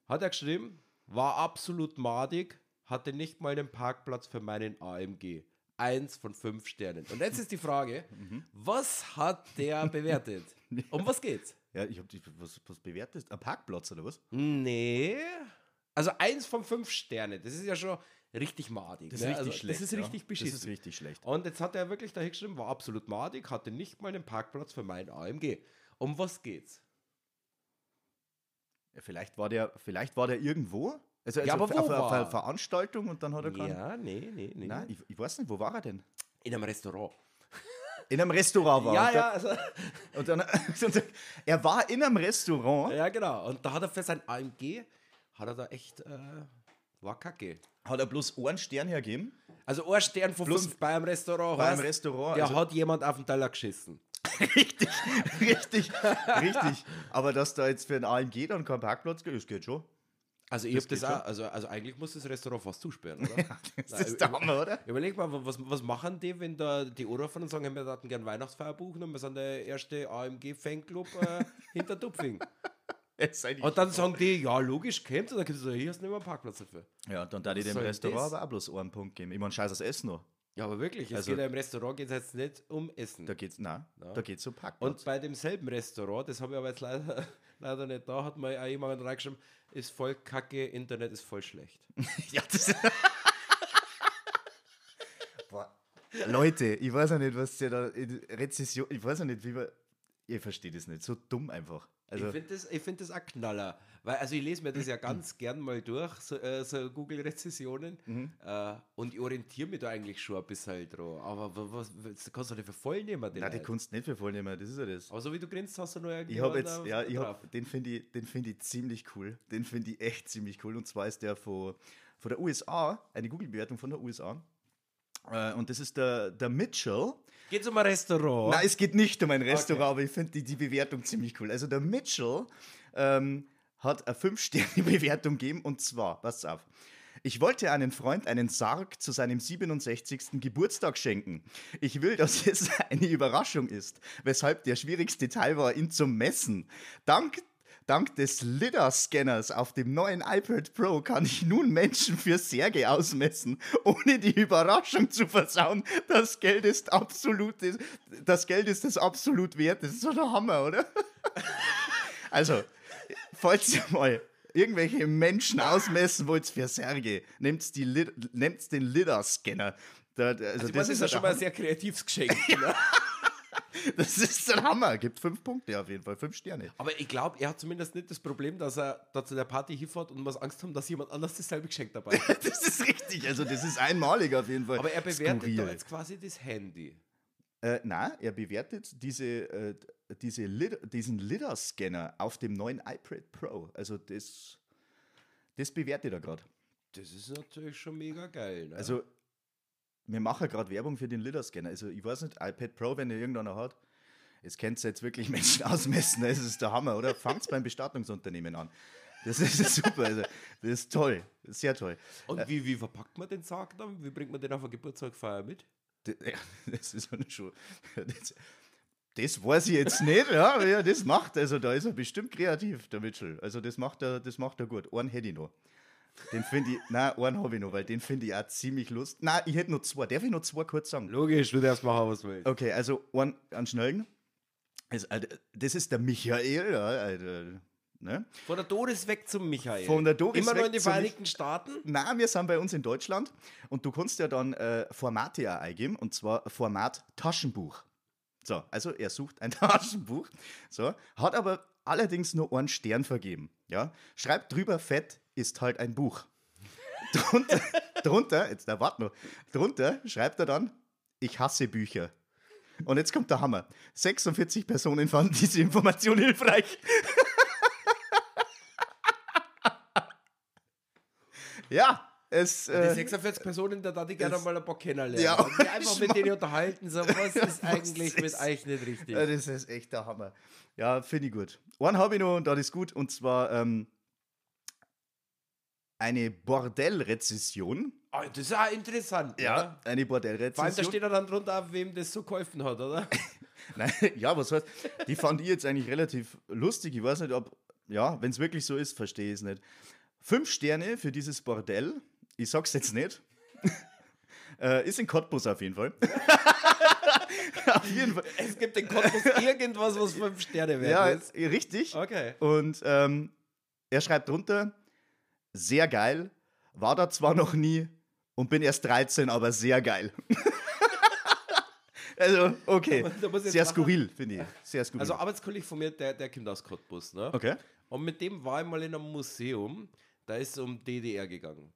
[SPEAKER 1] hat er geschrieben, war absolut madig, hatte nicht mal den Parkplatz für meinen AMG. Eins von fünf Sternen. Und jetzt ist die Frage, was hat der bewertet? Um was geht's?
[SPEAKER 2] Ja, ich hab dich, was, was bewertest? Ein Parkplatz oder was?
[SPEAKER 1] Nee. Also eins von fünf Sterne. Das ist ja schon richtig madig. ne? also, Das ist
[SPEAKER 2] ja.
[SPEAKER 1] richtig beschissen.
[SPEAKER 2] Das ist richtig schlecht.
[SPEAKER 1] Und jetzt hat er wirklich dahin geschrieben, war absolut madig, hatte nicht mal einen Parkplatz für meinen AMG. Um was geht's?
[SPEAKER 2] Ja, vielleicht, war der, vielleicht war der irgendwo. Also, also
[SPEAKER 1] Ja, aber
[SPEAKER 2] auf-
[SPEAKER 1] wo
[SPEAKER 2] auf, auf
[SPEAKER 1] war
[SPEAKER 2] einer
[SPEAKER 1] er?
[SPEAKER 2] Veranstaltung und dann hat er keinen-
[SPEAKER 1] Ja, nee, nee, nee.
[SPEAKER 2] Nein, ich, ich weiß nicht, wo war er denn?
[SPEAKER 1] In einem Restaurant.
[SPEAKER 2] In einem Restaurant war
[SPEAKER 1] Ja,
[SPEAKER 2] er.
[SPEAKER 1] ja, also,
[SPEAKER 2] Und dann, und dann, er war in einem Restaurant,
[SPEAKER 1] ja, genau. Und da hat er für sein AMG, hat er da echt, äh, war kacke.
[SPEAKER 2] hat er bloß einen Stern hergeben.
[SPEAKER 1] Also ein Stern von
[SPEAKER 2] Plus
[SPEAKER 1] fünf bei einem Restaurant.
[SPEAKER 2] bei einem
[SPEAKER 1] heißt,
[SPEAKER 2] Restaurant,
[SPEAKER 1] Ja,
[SPEAKER 2] also-
[SPEAKER 1] hat jemand auf den Teller geschissen.
[SPEAKER 2] Richtig, richtig, richtig. Aber dass da jetzt für ein AMG dann kein Parkplatz geht, das geht schon.
[SPEAKER 1] Also ich hab das
[SPEAKER 2] geht
[SPEAKER 1] auch, also, also eigentlich muss das Restaurant fast zusperren, oder?
[SPEAKER 2] Das
[SPEAKER 1] Nein,
[SPEAKER 2] ist der
[SPEAKER 1] über-
[SPEAKER 2] Hammer, oder?
[SPEAKER 1] Überleg mal, wa- was, was machen die, wenn da die anrufen und sagen, hey, wir würden gerne Weihnachtsfeier buchen und wir sind der erste AMG-Fanclub äh, hinter Tupfing.
[SPEAKER 2] Jetzt sei die-
[SPEAKER 1] Und dann sagen die, ja, logisch, kommt. Und dann gibt es so, hier hast du nicht mehr einen Parkplatz dafür.
[SPEAKER 2] ja, dann darf ich dem
[SPEAKER 1] soll
[SPEAKER 2] Restaurant
[SPEAKER 1] das?
[SPEAKER 2] aber auch bloß einen Punkt geben. Ich meine, scheiß das Essen noch.
[SPEAKER 1] Ja, aber wirklich, es
[SPEAKER 2] Also-
[SPEAKER 1] geht ja im Restaurant geht's jetzt nicht um Essen.
[SPEAKER 2] Da geht's, nein,
[SPEAKER 1] Ja.
[SPEAKER 2] da geht's um Parkplatz.
[SPEAKER 1] Und bei demselben Restaurant, das habe ich aber jetzt leider, leider nicht da, hat mal auch jemand reingeschrieben, ist voll kacke, Internet ist voll schlecht.
[SPEAKER 2] ja, das Boah. Leute, ich weiß ja nicht, was ihr da in Rezession, ich weiß ja nicht, wie man, ihr versteht es nicht, so dumm einfach. Also,
[SPEAKER 1] ich finde das, ich find das auch Knaller. Weil, also ich lese mir das ja ganz gern mal durch, so, äh, so Google-Rezessionen.
[SPEAKER 2] Mhm.
[SPEAKER 1] Äh, und ich orientiere mich da eigentlich schon ein bisschen dran. Aber wa- was, was kannst du nicht für voll nehmen, den
[SPEAKER 2] nein, die
[SPEAKER 1] Leuten?
[SPEAKER 2] Kunst nicht für voll nehmen, das ist ja das.
[SPEAKER 1] Aber so wie du grinst, hast du noch
[SPEAKER 2] Ich habe
[SPEAKER 1] irgendjemanden
[SPEAKER 2] jetzt,
[SPEAKER 1] auf-
[SPEAKER 2] ja, ich
[SPEAKER 1] drauf.
[SPEAKER 2] hab, den finde ich, den finde ich ziemlich cool. Den finde ich echt ziemlich cool. Und zwar ist der von, von der USA, eine Google-Bewertung von der USA. Äh, Und das ist der, der Mitchell.
[SPEAKER 1] Geht's um ein Restaurant?
[SPEAKER 2] Nein, es geht nicht um ein Restaurant, aber ich finde die, die Bewertung ziemlich cool. Also der Mitchell ähm, hat eine 5-Sterne-Bewertung gegeben und zwar, pass auf. Ich wollte einem Freund einen Sarg zu seinem 67. Geburtstag schenken. Ich will, dass es eine Überraschung ist, weshalb der schwierigste Teil war, ihn zu messen. Dank Dank des LIDAR-Scanners auf dem neuen iPad Pro kann ich nun Menschen für Särge ausmessen, ohne die Überraschung zu versauen. Das Geld ist absolut, das Geld ist es absolut wert. Das ist so der Hammer, oder? Also, falls ihr mal irgendwelche Menschen ausmessen wollt für Särge, nehmt die Lid nehmt's den LIDAR-Scanner. Da, also
[SPEAKER 1] Also das, ist ja
[SPEAKER 2] der
[SPEAKER 1] schon mal ein
[SPEAKER 2] Hammer.
[SPEAKER 1] sehr kreatives Geschenk. ne?
[SPEAKER 2] das ist der Hammer. Gibt fünf Punkte auf jeden Fall, fünf Sterne.
[SPEAKER 1] Aber ich glaube, er hat zumindest nicht das Problem, dass er da zu der Party hinfährt und muss Angst haben, dass jemand anders dasselbe Geschenk dabei hat.
[SPEAKER 2] Das ist richtig. Also, das ist einmalig auf jeden Fall.
[SPEAKER 1] Aber er bewertet
[SPEAKER 2] Skurril.
[SPEAKER 1] da jetzt quasi das Handy.
[SPEAKER 2] Äh, na, er bewertet diese, äh, diese Lid diesen LIDAR-Scanner auf dem neuen iPad Pro. Also das, das bewertet er gerade.
[SPEAKER 1] Das ist natürlich schon mega geil. Ne?
[SPEAKER 2] Also, wir machen gerade Werbung für den LIDAR-Scanner. Also, ich weiß nicht, iPad Pro, wenn ihr irgendeiner hat, jetzt könnt ihr jetzt wirklich Menschen ausmessen. Das ist der Hammer, oder? Fangt beim Bestattungsunternehmen an. Das ist super. Also, das ist toll. Das ist Sehr toll.
[SPEAKER 1] Und wie, wie verpackt man den Sarg dann? Wie bringt man den auf eine Geburtstagfeier mit?
[SPEAKER 2] D- ja, Das ist eine Schuhe. Das, das weiß ich jetzt nicht, ja, aber ja, das macht, also da ist er bestimmt kreativ, der Mitchell. Also das macht er, das macht er gut. Einen hätte ich noch. Den finde ich, nein, einen habe ich noch, weil den finde ich auch ziemlich lustig. Nein, ich hätte noch zwei. Darf ich noch zwei kurz sagen?
[SPEAKER 1] Logisch, du darfst machen, was du willst.
[SPEAKER 2] Okay, also einen an Schnellen. Also, äh, Das ist der Michael, ja, äh, ne?
[SPEAKER 1] Von der Doris weg zum Michael.
[SPEAKER 2] Von der Doris
[SPEAKER 1] Immer noch
[SPEAKER 2] weg
[SPEAKER 1] in die
[SPEAKER 2] zum Mich-
[SPEAKER 1] Vereinigten Staaten?
[SPEAKER 2] Na, wir sind bei uns in Deutschland und du kannst ja dann äh, Formate ja eingeben und zwar Format Taschenbuch. So, also er sucht ein Taschenbuch. So, hat aber allerdings nur einen Stern vergeben. Ja, schreibt drüber fett ist halt ein Buch. Drunter, drunter jetzt da warte noch. Drunter schreibt er dann ich hasse Bücher. Und jetzt kommt der Hammer. 46 Personen fanden diese Information hilfreich. ja, es
[SPEAKER 1] Die
[SPEAKER 2] äh,
[SPEAKER 1] 46 Personen, da darf ich gerne
[SPEAKER 2] das-
[SPEAKER 1] mal ein paar kennenlernen.
[SPEAKER 2] Ja,
[SPEAKER 1] Ja, und mich einfach
[SPEAKER 2] ich
[SPEAKER 1] mit
[SPEAKER 2] mag-
[SPEAKER 1] denen unterhalten, so, was
[SPEAKER 2] Ja,
[SPEAKER 1] ist
[SPEAKER 2] was
[SPEAKER 1] eigentlich mit
[SPEAKER 2] ist-
[SPEAKER 1] euch nicht richtig?
[SPEAKER 2] äh, das ist echt der Hammer. Ja, finde ich gut. Einen habe ich noch und das ist gut. Und zwar ähm, eine Bordellrezession.
[SPEAKER 1] Ah, das ist auch interessant. ne?
[SPEAKER 2] eine
[SPEAKER 1] Vor allem, da
[SPEAKER 2] Bordellrezession.
[SPEAKER 1] steht ja dann drunter, wem das so geholfen hat, oder?
[SPEAKER 2] Nein, ja, was heißt, die fand ich jetzt eigentlich relativ lustig. Ich weiß nicht, ob, ja, wenn es wirklich so ist, verstehe ich es nicht. Fünf Sterne für dieses Bordell. Ich sag's jetzt nicht. äh, ist in Cottbus auf jeden Fall. auf jeden Fall.
[SPEAKER 1] Es gibt in Cottbus irgendwas, was fünf Sterne wert
[SPEAKER 2] Ja,
[SPEAKER 1] ist.
[SPEAKER 2] richtig.
[SPEAKER 1] Okay.
[SPEAKER 2] Und ähm, er schreibt drunter, sehr geil, war da zwar noch nie und bin erst 13, aber sehr geil. also, okay.
[SPEAKER 1] Da muss ich jetzt
[SPEAKER 2] Sehr
[SPEAKER 1] lachen.
[SPEAKER 2] skurril, finde ich. Sehr skurril.
[SPEAKER 1] Also, ein Arbeitskollege von mir, der, der kommt aus Cottbus, ne?
[SPEAKER 2] okay.
[SPEAKER 1] Und mit dem war ich mal in einem Museum, da ist es um DDR gegangen.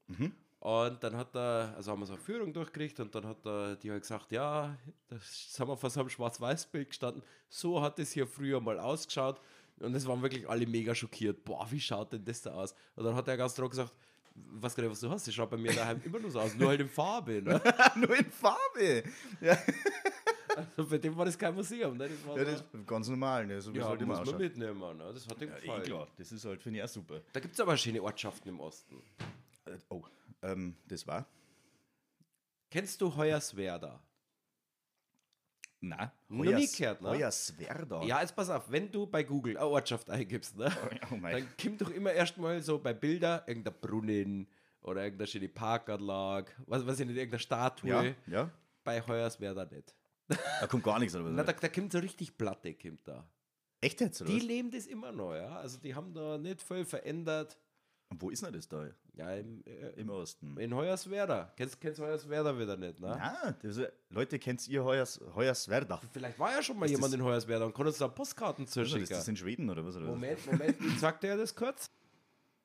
[SPEAKER 1] Und dann hat er, also haben wir so eine Führung durchgekriegt und dann hat er die halt gesagt, ja, da sind wir vor so einem Schwarz-Weiß-Bild gestanden, so hat es hier früher mal ausgeschaut. Und es waren wirklich alle mega schockiert. Boah, wie schaut denn das da aus? Und dann hat der ganz trocken gesagt, was gerade was du hast, das schaut bei mir daheim immer nur so aus, nur halt in Farbe. Ne?
[SPEAKER 2] Nur in Farbe. Ja,
[SPEAKER 1] Also bei dem war das kein Museum. Ne? Das war
[SPEAKER 2] das
[SPEAKER 1] das,
[SPEAKER 2] ist ganz normal, ne? so wie es
[SPEAKER 1] ja,
[SPEAKER 2] halt immer
[SPEAKER 1] muss man
[SPEAKER 2] ausschaut.
[SPEAKER 1] mitnehmen. Ne? Das hat dem
[SPEAKER 2] Ja, eh
[SPEAKER 1] gefallen.
[SPEAKER 2] klar, das ist halt, finde ich, auch super.
[SPEAKER 1] da gibt es aber schöne Ortschaften im Osten.
[SPEAKER 2] Äh, Oh, ähm, das war?
[SPEAKER 1] Kennst du Hoyerswerda?
[SPEAKER 2] Nein.
[SPEAKER 1] Noch nie gehört, ne?
[SPEAKER 2] Hoyerswerda.
[SPEAKER 1] Ja, jetzt pass auf, wenn du bei Google eine Ortschaft eingibst, ne,
[SPEAKER 2] Oh, oh mein.
[SPEAKER 1] dann kommt doch immer erstmal so bei Bilder irgendein Brunnen oder irgendeine schöne Parkanlage, was weiß ich nicht, irgendeine Statue.
[SPEAKER 2] ja, ja.
[SPEAKER 1] Bei Hoyerswerda nicht.
[SPEAKER 2] Da kommt gar nichts. Oder?
[SPEAKER 1] Na, da,
[SPEAKER 2] was?
[SPEAKER 1] da kommt so richtig Platte, kommt da.
[SPEAKER 2] Echt jetzt? Oder?
[SPEAKER 1] Die
[SPEAKER 2] was?
[SPEAKER 1] leben das immer noch, ja. Also die haben da nicht viel verändert.
[SPEAKER 2] Und Wo ist denn das da?
[SPEAKER 1] Ja, im, äh,
[SPEAKER 2] Im Osten.
[SPEAKER 1] in Hoyerswerda. Kennst du Hoyerswerda wieder nicht, ne?
[SPEAKER 2] Ah, das ist, Leute, kennt ihr Heuers, Heuerswerda?
[SPEAKER 1] Vielleicht war ja schon mal
[SPEAKER 2] Ist
[SPEAKER 1] jemand
[SPEAKER 2] das-
[SPEAKER 1] in Hoyerswerda und konnte uns da Postkarten
[SPEAKER 2] Also,
[SPEAKER 1] zuschicken.
[SPEAKER 2] Ist das in Schweden oder was? Oder
[SPEAKER 1] Moment, Moment, wie sagt er das kurz?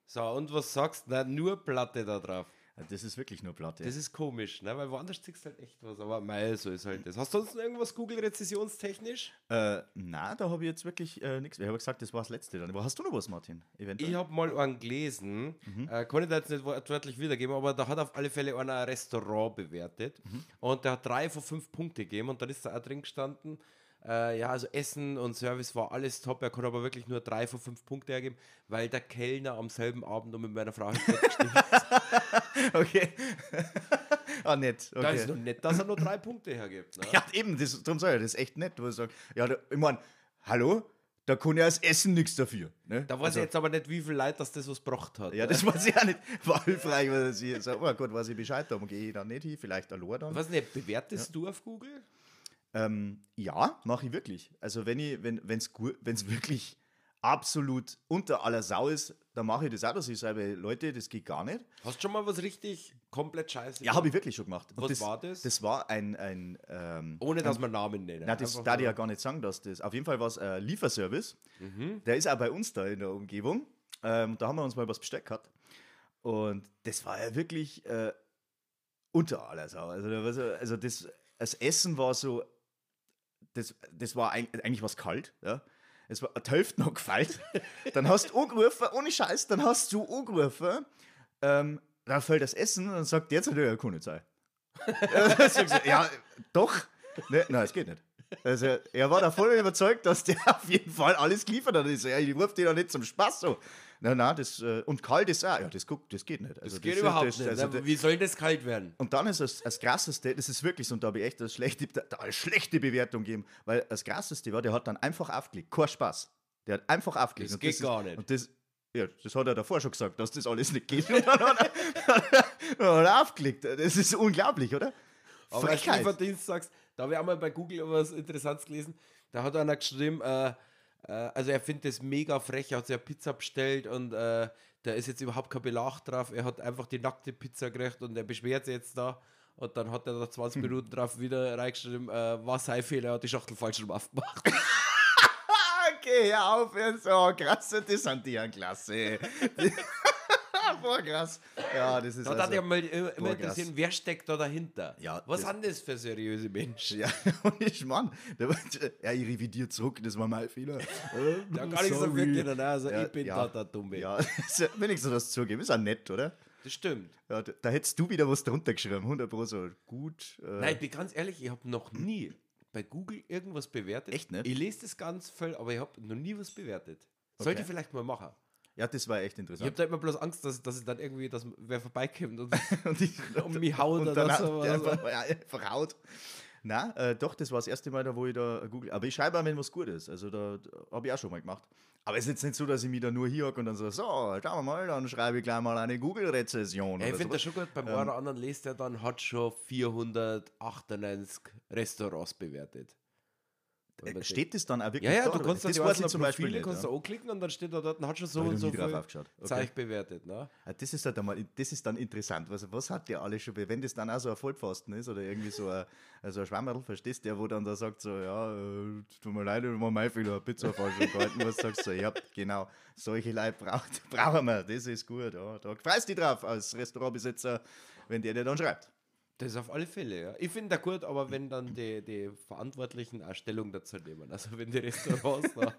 [SPEAKER 1] So, und was sagst du? Na, nur Platte da drauf.
[SPEAKER 2] Was? Ah, Das ist wirklich nur Platte.
[SPEAKER 1] Das ist komisch, ne? weil woanders kriegst du halt echt was. Aber mei, so ist halt das. Hast du sonst noch irgendwas Google-Rezensionstechnisch?
[SPEAKER 2] äh, na, da habe ich jetzt wirklich äh, nichts mehr. Ich habe gesagt, das war das Letzte dann. Aber hast du noch was, Martin? Eventuell?
[SPEAKER 1] Ich habe mal einen gelesen, äh, kann ich da jetzt nicht wor- wörtlich wiedergeben, aber da hat auf alle Fälle einer ein Restaurant bewertet und der hat drei von fünf Punkte gegeben und dann ist da auch drin gestanden, äh, ja, also Essen und Service war alles top, er konnte aber wirklich nur drei von fünf Punkte ergeben, weil der Kellner am selben Abend noch mit meiner Frau ins Bett gestiegen ist.
[SPEAKER 2] Okay. ah, nett.
[SPEAKER 1] Da ist
[SPEAKER 2] Okay.
[SPEAKER 1] noch nett, dass er nur drei Punkte hergibt. Ne?
[SPEAKER 2] Ja, eben, das, darum sage ich, das ist echt nett. Wo ich sage, ja, da, ich meine, hallo, da kann ja das Essen nichts dafür. Ne?
[SPEAKER 1] Da weiß ich jetzt aber nicht, wie viel Leid, dass das was gebracht hat. ne?
[SPEAKER 2] Ja, das weiß ich auch nicht. War hilfreich, weil ich sage, oh Gott, weiß ich Bescheid, darum gehe ich dann nicht hin, vielleicht allein dann.
[SPEAKER 1] Was nicht, bewertest du auf Google?
[SPEAKER 2] Ähm, ja, mache ich wirklich. Also wenn ich, wenn es wenn's wirklich absolut unter aller Sau ist, dann mache ich das auch, dass ich sage, Leute, das geht gar nicht.
[SPEAKER 1] Hast du schon mal was richtig komplett scheiße?
[SPEAKER 2] Ja, habe ich wirklich schon gemacht. Und
[SPEAKER 1] Was war das?
[SPEAKER 2] Das war ein, ein ähm,
[SPEAKER 1] Ohne dass man Namen nennt.
[SPEAKER 2] na, das darf ich ja gar nicht sagen, dass das. Auf jeden Fall war es äh, Lieferservice.
[SPEAKER 1] Mhm.
[SPEAKER 2] Der ist auch bei uns da in der Umgebung. Ähm, da haben wir uns mal was bestellt gehabt. Und das war ja wirklich äh, unter aller Sau. Also, da war so- also das, das Essen war so, das, das war eig- eigentlich was kalt. Ja? Es war die Hälfte noch gefällt. dann hast du angerufen, ohne Scheiß, dann hast du angerufen. Ähm, da fällt das Essen und dann sagt, jetzt hat er ja keine Zeit. Ja, sag ich so, ja, doch. Ne, nein, es geht nicht. Also, er war da voll überzeugt, dass der auf jeden Fall alles geliefert hat. Ich, so, ja, ich rufe den doch nicht zum Spaß so. Na, na, das, äh, und kalt ist auch, ja, das, guck, das geht nicht. Also,
[SPEAKER 1] Das geht
[SPEAKER 2] ist-
[SPEAKER 1] überhaupt
[SPEAKER 2] das-
[SPEAKER 1] nicht.
[SPEAKER 2] also,
[SPEAKER 1] ne?
[SPEAKER 2] das-
[SPEAKER 1] Wie soll das kalt werden?
[SPEAKER 2] und dann ist das, das Krasseste, das ist wirklich so, und da habe ich echt das schlechte, da, da eine schlechte Bewertung gegeben, weil das Krasseste war, der hat dann einfach aufgelegt. Kein Spaß. Der hat einfach aufgelegt.
[SPEAKER 1] Das
[SPEAKER 2] Und
[SPEAKER 1] geht
[SPEAKER 2] ist-
[SPEAKER 1] gar nicht.
[SPEAKER 2] Und das, ja, das hat er davor schon gesagt, dass das alles nicht geht. Und dann hat er, dann hat er aufgelegt. Das ist unglaublich, oder?
[SPEAKER 1] Aber als Lieferdienst sagst, da habe ich auch mal bei Google was Interessantes gelesen. Da hat einer geschrieben, äh, äh, also er findet das mega frech, er hat sich eine Pizza bestellt und äh, da ist jetzt überhaupt kein Belag drauf. Er hat einfach die nackte Pizza gekriegt und er beschwert sich jetzt da. Und dann hat er nach 20 Minuten drauf wieder reingeschrieben, äh, war sein Fehler, er hat die Schachtel falsch rum aufgemacht.
[SPEAKER 2] Ah, okay, hör auf, jetzt. Oh, krass, das sind die ja klasse. Boah, krass. Ja, das ist
[SPEAKER 1] Da hat er
[SPEAKER 2] also,
[SPEAKER 1] mal immer
[SPEAKER 2] Boah,
[SPEAKER 1] immer interessiert, wer steckt da dahinter?
[SPEAKER 2] Ja,
[SPEAKER 1] Was
[SPEAKER 2] das-
[SPEAKER 1] sind das für seriöse Menschen?
[SPEAKER 2] ja, und ich, Mann, der, ja, ich revidiere zurück, das war mein Fehler. Äh,
[SPEAKER 1] Da kann ich so
[SPEAKER 2] Sorry.
[SPEAKER 1] wirklich, dann, also
[SPEAKER 2] Ja,
[SPEAKER 1] ich bin
[SPEAKER 2] ja.
[SPEAKER 1] da der Dumme.
[SPEAKER 2] Ja, ist ja wenigstens was zugeben, ist ja nett, oder?
[SPEAKER 1] Das stimmt.
[SPEAKER 2] Ja, da, da hättest du wieder was drunter geschrieben, 100 Pro so gut. Äh, Hm.
[SPEAKER 1] Nein, ich bin ganz ehrlich, ich habe noch nie bei Google irgendwas bewertet.
[SPEAKER 2] Echt nicht?
[SPEAKER 1] Ich lese das ganz voll, aber ich habe noch nie was bewertet. Sollte
[SPEAKER 2] Okay.
[SPEAKER 1] ich vielleicht mal machen.
[SPEAKER 2] Ja, das war echt
[SPEAKER 1] Ich habe
[SPEAKER 2] interessant.
[SPEAKER 1] da immer bloß Angst, dass, dass ich dann irgendwie, dass wer vorbeikommt und
[SPEAKER 2] und ich,
[SPEAKER 1] um mich haut
[SPEAKER 2] und
[SPEAKER 1] oder
[SPEAKER 2] dann hat
[SPEAKER 1] so.
[SPEAKER 2] der
[SPEAKER 1] Also.
[SPEAKER 2] einfach, ja, einfach haut. Na, äh, doch, das war das erste Mal, da wo ich da google. Aber ich schreibe auch, wenn was gut ist. Also da, da habe ich auch schon mal gemacht. Aber es ist jetzt nicht so, dass ich mich da nur hier hocke und dann so, so, schauen wir mal, dann schreibe ich gleich mal eine Google-Rezession.
[SPEAKER 1] Ja, ich
[SPEAKER 2] oder Ähm.
[SPEAKER 1] finde das
[SPEAKER 2] sowas.
[SPEAKER 1] schon gut, beim einen oder anderen lest der dann, hat schon 498 Restaurants bewertet. Wenn man
[SPEAKER 2] Äh,
[SPEAKER 1] denkt-
[SPEAKER 2] Steht das dann auch wirklich
[SPEAKER 1] ja, ja,
[SPEAKER 2] da,
[SPEAKER 1] du
[SPEAKER 2] oder?
[SPEAKER 1] kannst dann
[SPEAKER 2] das
[SPEAKER 1] die
[SPEAKER 2] weiß ich
[SPEAKER 1] einzelnen
[SPEAKER 2] zum Beispiel
[SPEAKER 1] Profile
[SPEAKER 2] nicht,
[SPEAKER 1] kannst
[SPEAKER 2] ja.
[SPEAKER 1] du anklicken und dann steht da dort, hat schon so
[SPEAKER 2] Da hab
[SPEAKER 1] und
[SPEAKER 2] ich
[SPEAKER 1] so
[SPEAKER 2] noch nie drauf
[SPEAKER 1] viel
[SPEAKER 2] aufgeschaut. Okay.
[SPEAKER 1] Zeug bewertet. Ne?
[SPEAKER 2] Ah, Das ist, halt einmal, das ist dann interessant. Was, was hat der alles schon, be- wenn das dann auch so ein Vollpfosten ist oder irgendwie so ein, also ein Schwammerl, verstehst du, der wo dann da sagt so, ja, äh, tut mir leid, ich war mein Fehler, Pizza falsch gehalten, was sagst du, ja, genau, solche Leute braucht, brauchen wir, das ist gut, ja, da freust dich drauf als Restaurantbesitzer, wenn der dir dann schreibt.
[SPEAKER 1] Das auf alle Fälle, ja. Ich finde da gut, aber wenn dann die, die Verantwortlichen auch Stellung dazu nehmen, also wenn die Restaurants da.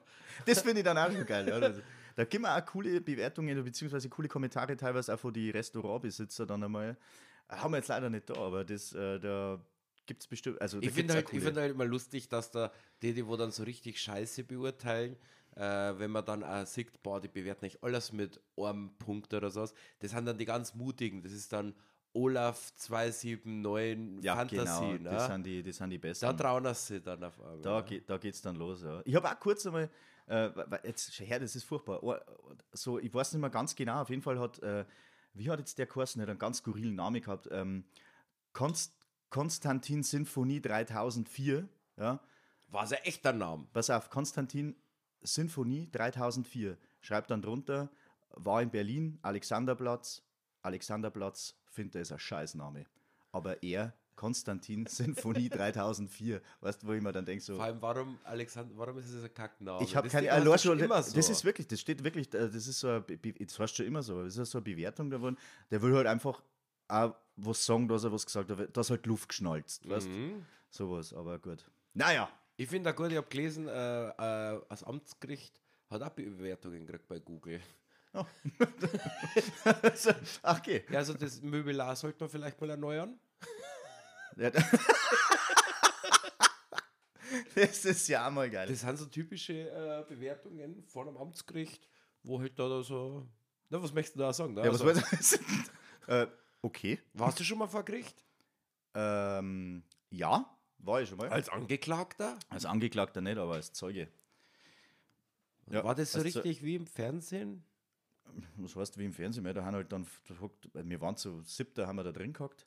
[SPEAKER 2] Das finde ich dann auch schon geil, oder? Also, Da gibt wir auch coole Bewertungen oder beziehungsweise coole Kommentare teilweise auch von die Restaurantbesitzer dann einmal. Äh, Haben wir jetzt leider nicht da, aber das, äh, da gibt es bestimmt, also da
[SPEAKER 1] Ich finde
[SPEAKER 2] gibt's auch
[SPEAKER 1] halt, ich
[SPEAKER 2] coole-
[SPEAKER 1] find halt immer lustig, dass da die, die wo dann so richtig Scheiße beurteilen, äh, wenn man dann auch sieht, boah, die bewerten nicht alles mit einem Punkt oder sowas. Das sind dann die ganz Mutigen. Das ist dann Olaf 279
[SPEAKER 2] Ja,
[SPEAKER 1] Fantasie.
[SPEAKER 2] genau. Das
[SPEAKER 1] ne?
[SPEAKER 2] sind die, das sind die Besten.
[SPEAKER 1] Da trauen das sie dann auf einmal.
[SPEAKER 2] Da,
[SPEAKER 1] ne?
[SPEAKER 2] geht, da geht's dann los, ja. Ich habe auch kurz einmal, äh, wa- wa- jetzt, schau her, das ist furchtbar. Oh, So, ich weiß nicht mehr ganz genau, auf jeden Fall hat, äh, wie hat jetzt der Kurs nicht einen ganz skurrilen Namen gehabt? Ähm, Konst Konstantin Sinfonie 3004, ja.
[SPEAKER 1] War es ein echter Name.
[SPEAKER 2] Pass auf, Konstantin Sinfonie 3004, schreibt dann drunter, war in Berlin, Alexanderplatz, Alexanderplatz, finde ist ein Scheißname. Aber er, Konstantin Sinfonie 3004, weißt du, wo ich mir dann denke, so,
[SPEAKER 1] Vor allem, warum, Alexander, warum ist es ein Kackname?
[SPEAKER 2] ich habe
[SPEAKER 1] Das
[SPEAKER 2] keine
[SPEAKER 1] Ding war
[SPEAKER 2] Ahnung.
[SPEAKER 1] schon
[SPEAKER 2] schon-
[SPEAKER 1] immer so.
[SPEAKER 2] Das ist wirklich, das steht wirklich, äh, das ist so, eine Be- Be- das heißt schon immer so, aber das ist so eine Bewertung davon. Der will halt einfach auch was sagen, dass er was gesagt hat, dass halt Luft geschnalzt, weißt du,
[SPEAKER 1] Mhm.
[SPEAKER 2] sowas, aber gut. Naja,
[SPEAKER 1] Ich finde da gut, ich habe gelesen, äh, äh, das Amtsgericht hat auch Bewertungen gekriegt bei Google.
[SPEAKER 2] ach geh.
[SPEAKER 1] Ja, Also das Möbelar sollte man vielleicht mal erneuern.
[SPEAKER 2] Ja, da- das ist ja auch mal geil.
[SPEAKER 1] Das sind so typische äh, Bewertungen vor einem Amtsgericht, wo halt da, da so... Na, was möchtest du da sagen? Ne?
[SPEAKER 2] ja, was
[SPEAKER 1] also,
[SPEAKER 2] war das? äh, okay.
[SPEAKER 1] warst du schon mal vor Gericht?
[SPEAKER 2] Ähm, ja, war ich schon mal.
[SPEAKER 1] Als Angeklagter?
[SPEAKER 2] Als Angeklagter nicht, aber als Zeuge. Ja,
[SPEAKER 1] war das so
[SPEAKER 2] als Zeu-
[SPEAKER 1] richtig wie im Fernsehen?
[SPEAKER 2] das heißt wie im Fernsehen, mehr, da haben halt dann, da hockt- wir waren zu siebt, da haben wir da drin gehockt